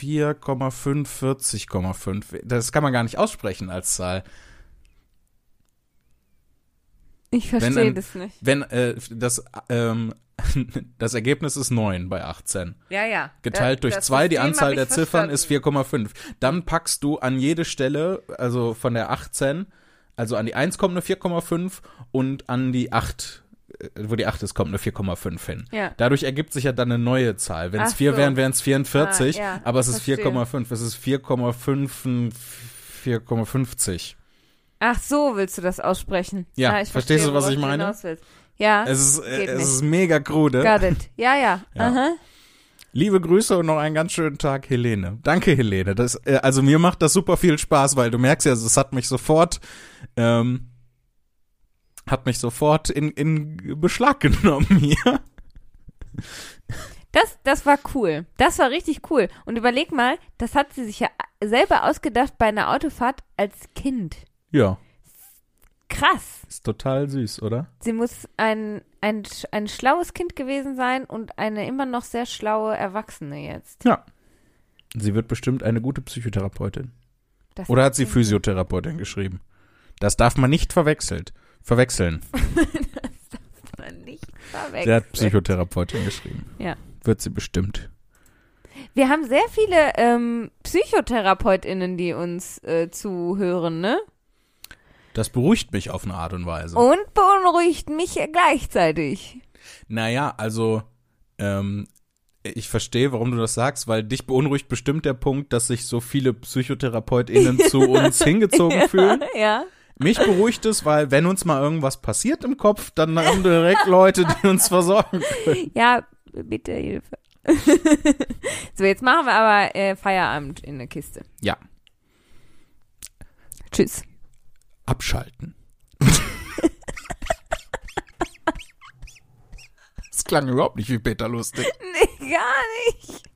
40,4,5, 40,5. Das kann man gar nicht aussprechen als Zahl.
Ich
Wenn
verstehe
ein-
das nicht.
Wenn äh, das, ähm, das Ergebnis ist 9 bei 18.
Ja, ja.
Geteilt durch 2,
eh
die Anzahl der Ziffern ist 4,5. Dann packst du an jede Stelle, also von der 18, also an die 1 kommt eine 4,5 und an die 8, äh, wo die 8 ist, kommt eine 4,5 hin.
Ja.
Dadurch ergibt sich ja dann eine neue Zahl. Wenn es
Ach
4
so.
wären, wären es 44,
Ah, ja,
aber es ist
verstehe.
4,5. Es ist 4,5, 4,50.
Ach so, willst du das aussprechen?
Ja,
Ah, ich
verstehst
verstehe,
du, was
worauf
ich meine?
hinaus willst. Ja,
Es ist, äh,
Geht
es
nicht.
ist mega krude.
got it. Ja, ja.
Ja.
Aha.
Liebe Grüße und noch einen ganz schönen Tag, Helene. Danke, Helene. Das, äh, also mir macht das super viel Spaß, weil du merkst ja, es hat mich sofort, ähm, hat mich sofort in, in Beschlag genommen hier.
Das, das war cool. Das war richtig cool. Und überleg mal, das hat sie sich ja selber ausgedacht bei einer Autofahrt als Kind.
Ja,
Krass.
ist total süß, oder?
Sie muss ein, ein, sch- ein schlaues Kind gewesen sein und eine immer noch sehr schlaue Erwachsene jetzt.
Ja. Sie wird bestimmt eine gute Psychotherapeutin.
Das
Oder hat sie Physiotherapeutin geschrieben? Das darf man nicht verwechselt. Verwechseln.
darf man nicht
Sie hat
verwechseln.
Psychotherapeutin geschrieben.
Ja.
Wird sie bestimmt.
Wir haben sehr viele ähm, PsychotherapeutInnen, die uns äh, zuhören, ne?
Das beruhigt mich auf eine Art und Weise.
Und beunruhigt mich gleichzeitig.
Naja, also ähm, ich verstehe, warum du das sagst, weil dich beunruhigt bestimmt der Punkt, dass sich so viele PsychotherapeutInnen zu uns hingezogen fühlen.
Ja.
Mich beruhigt es, weil wenn uns mal irgendwas passiert im Kopf, dann haben direkt Leute, die uns versorgen.
Ja, bitte Hilfe. so, jetzt machen wir aber äh, Feierabend in der Kiste.
Ja,
Tschüss.
abschalten. Das klang überhaupt nicht wie Peter Lustig.
Nee, gar nicht.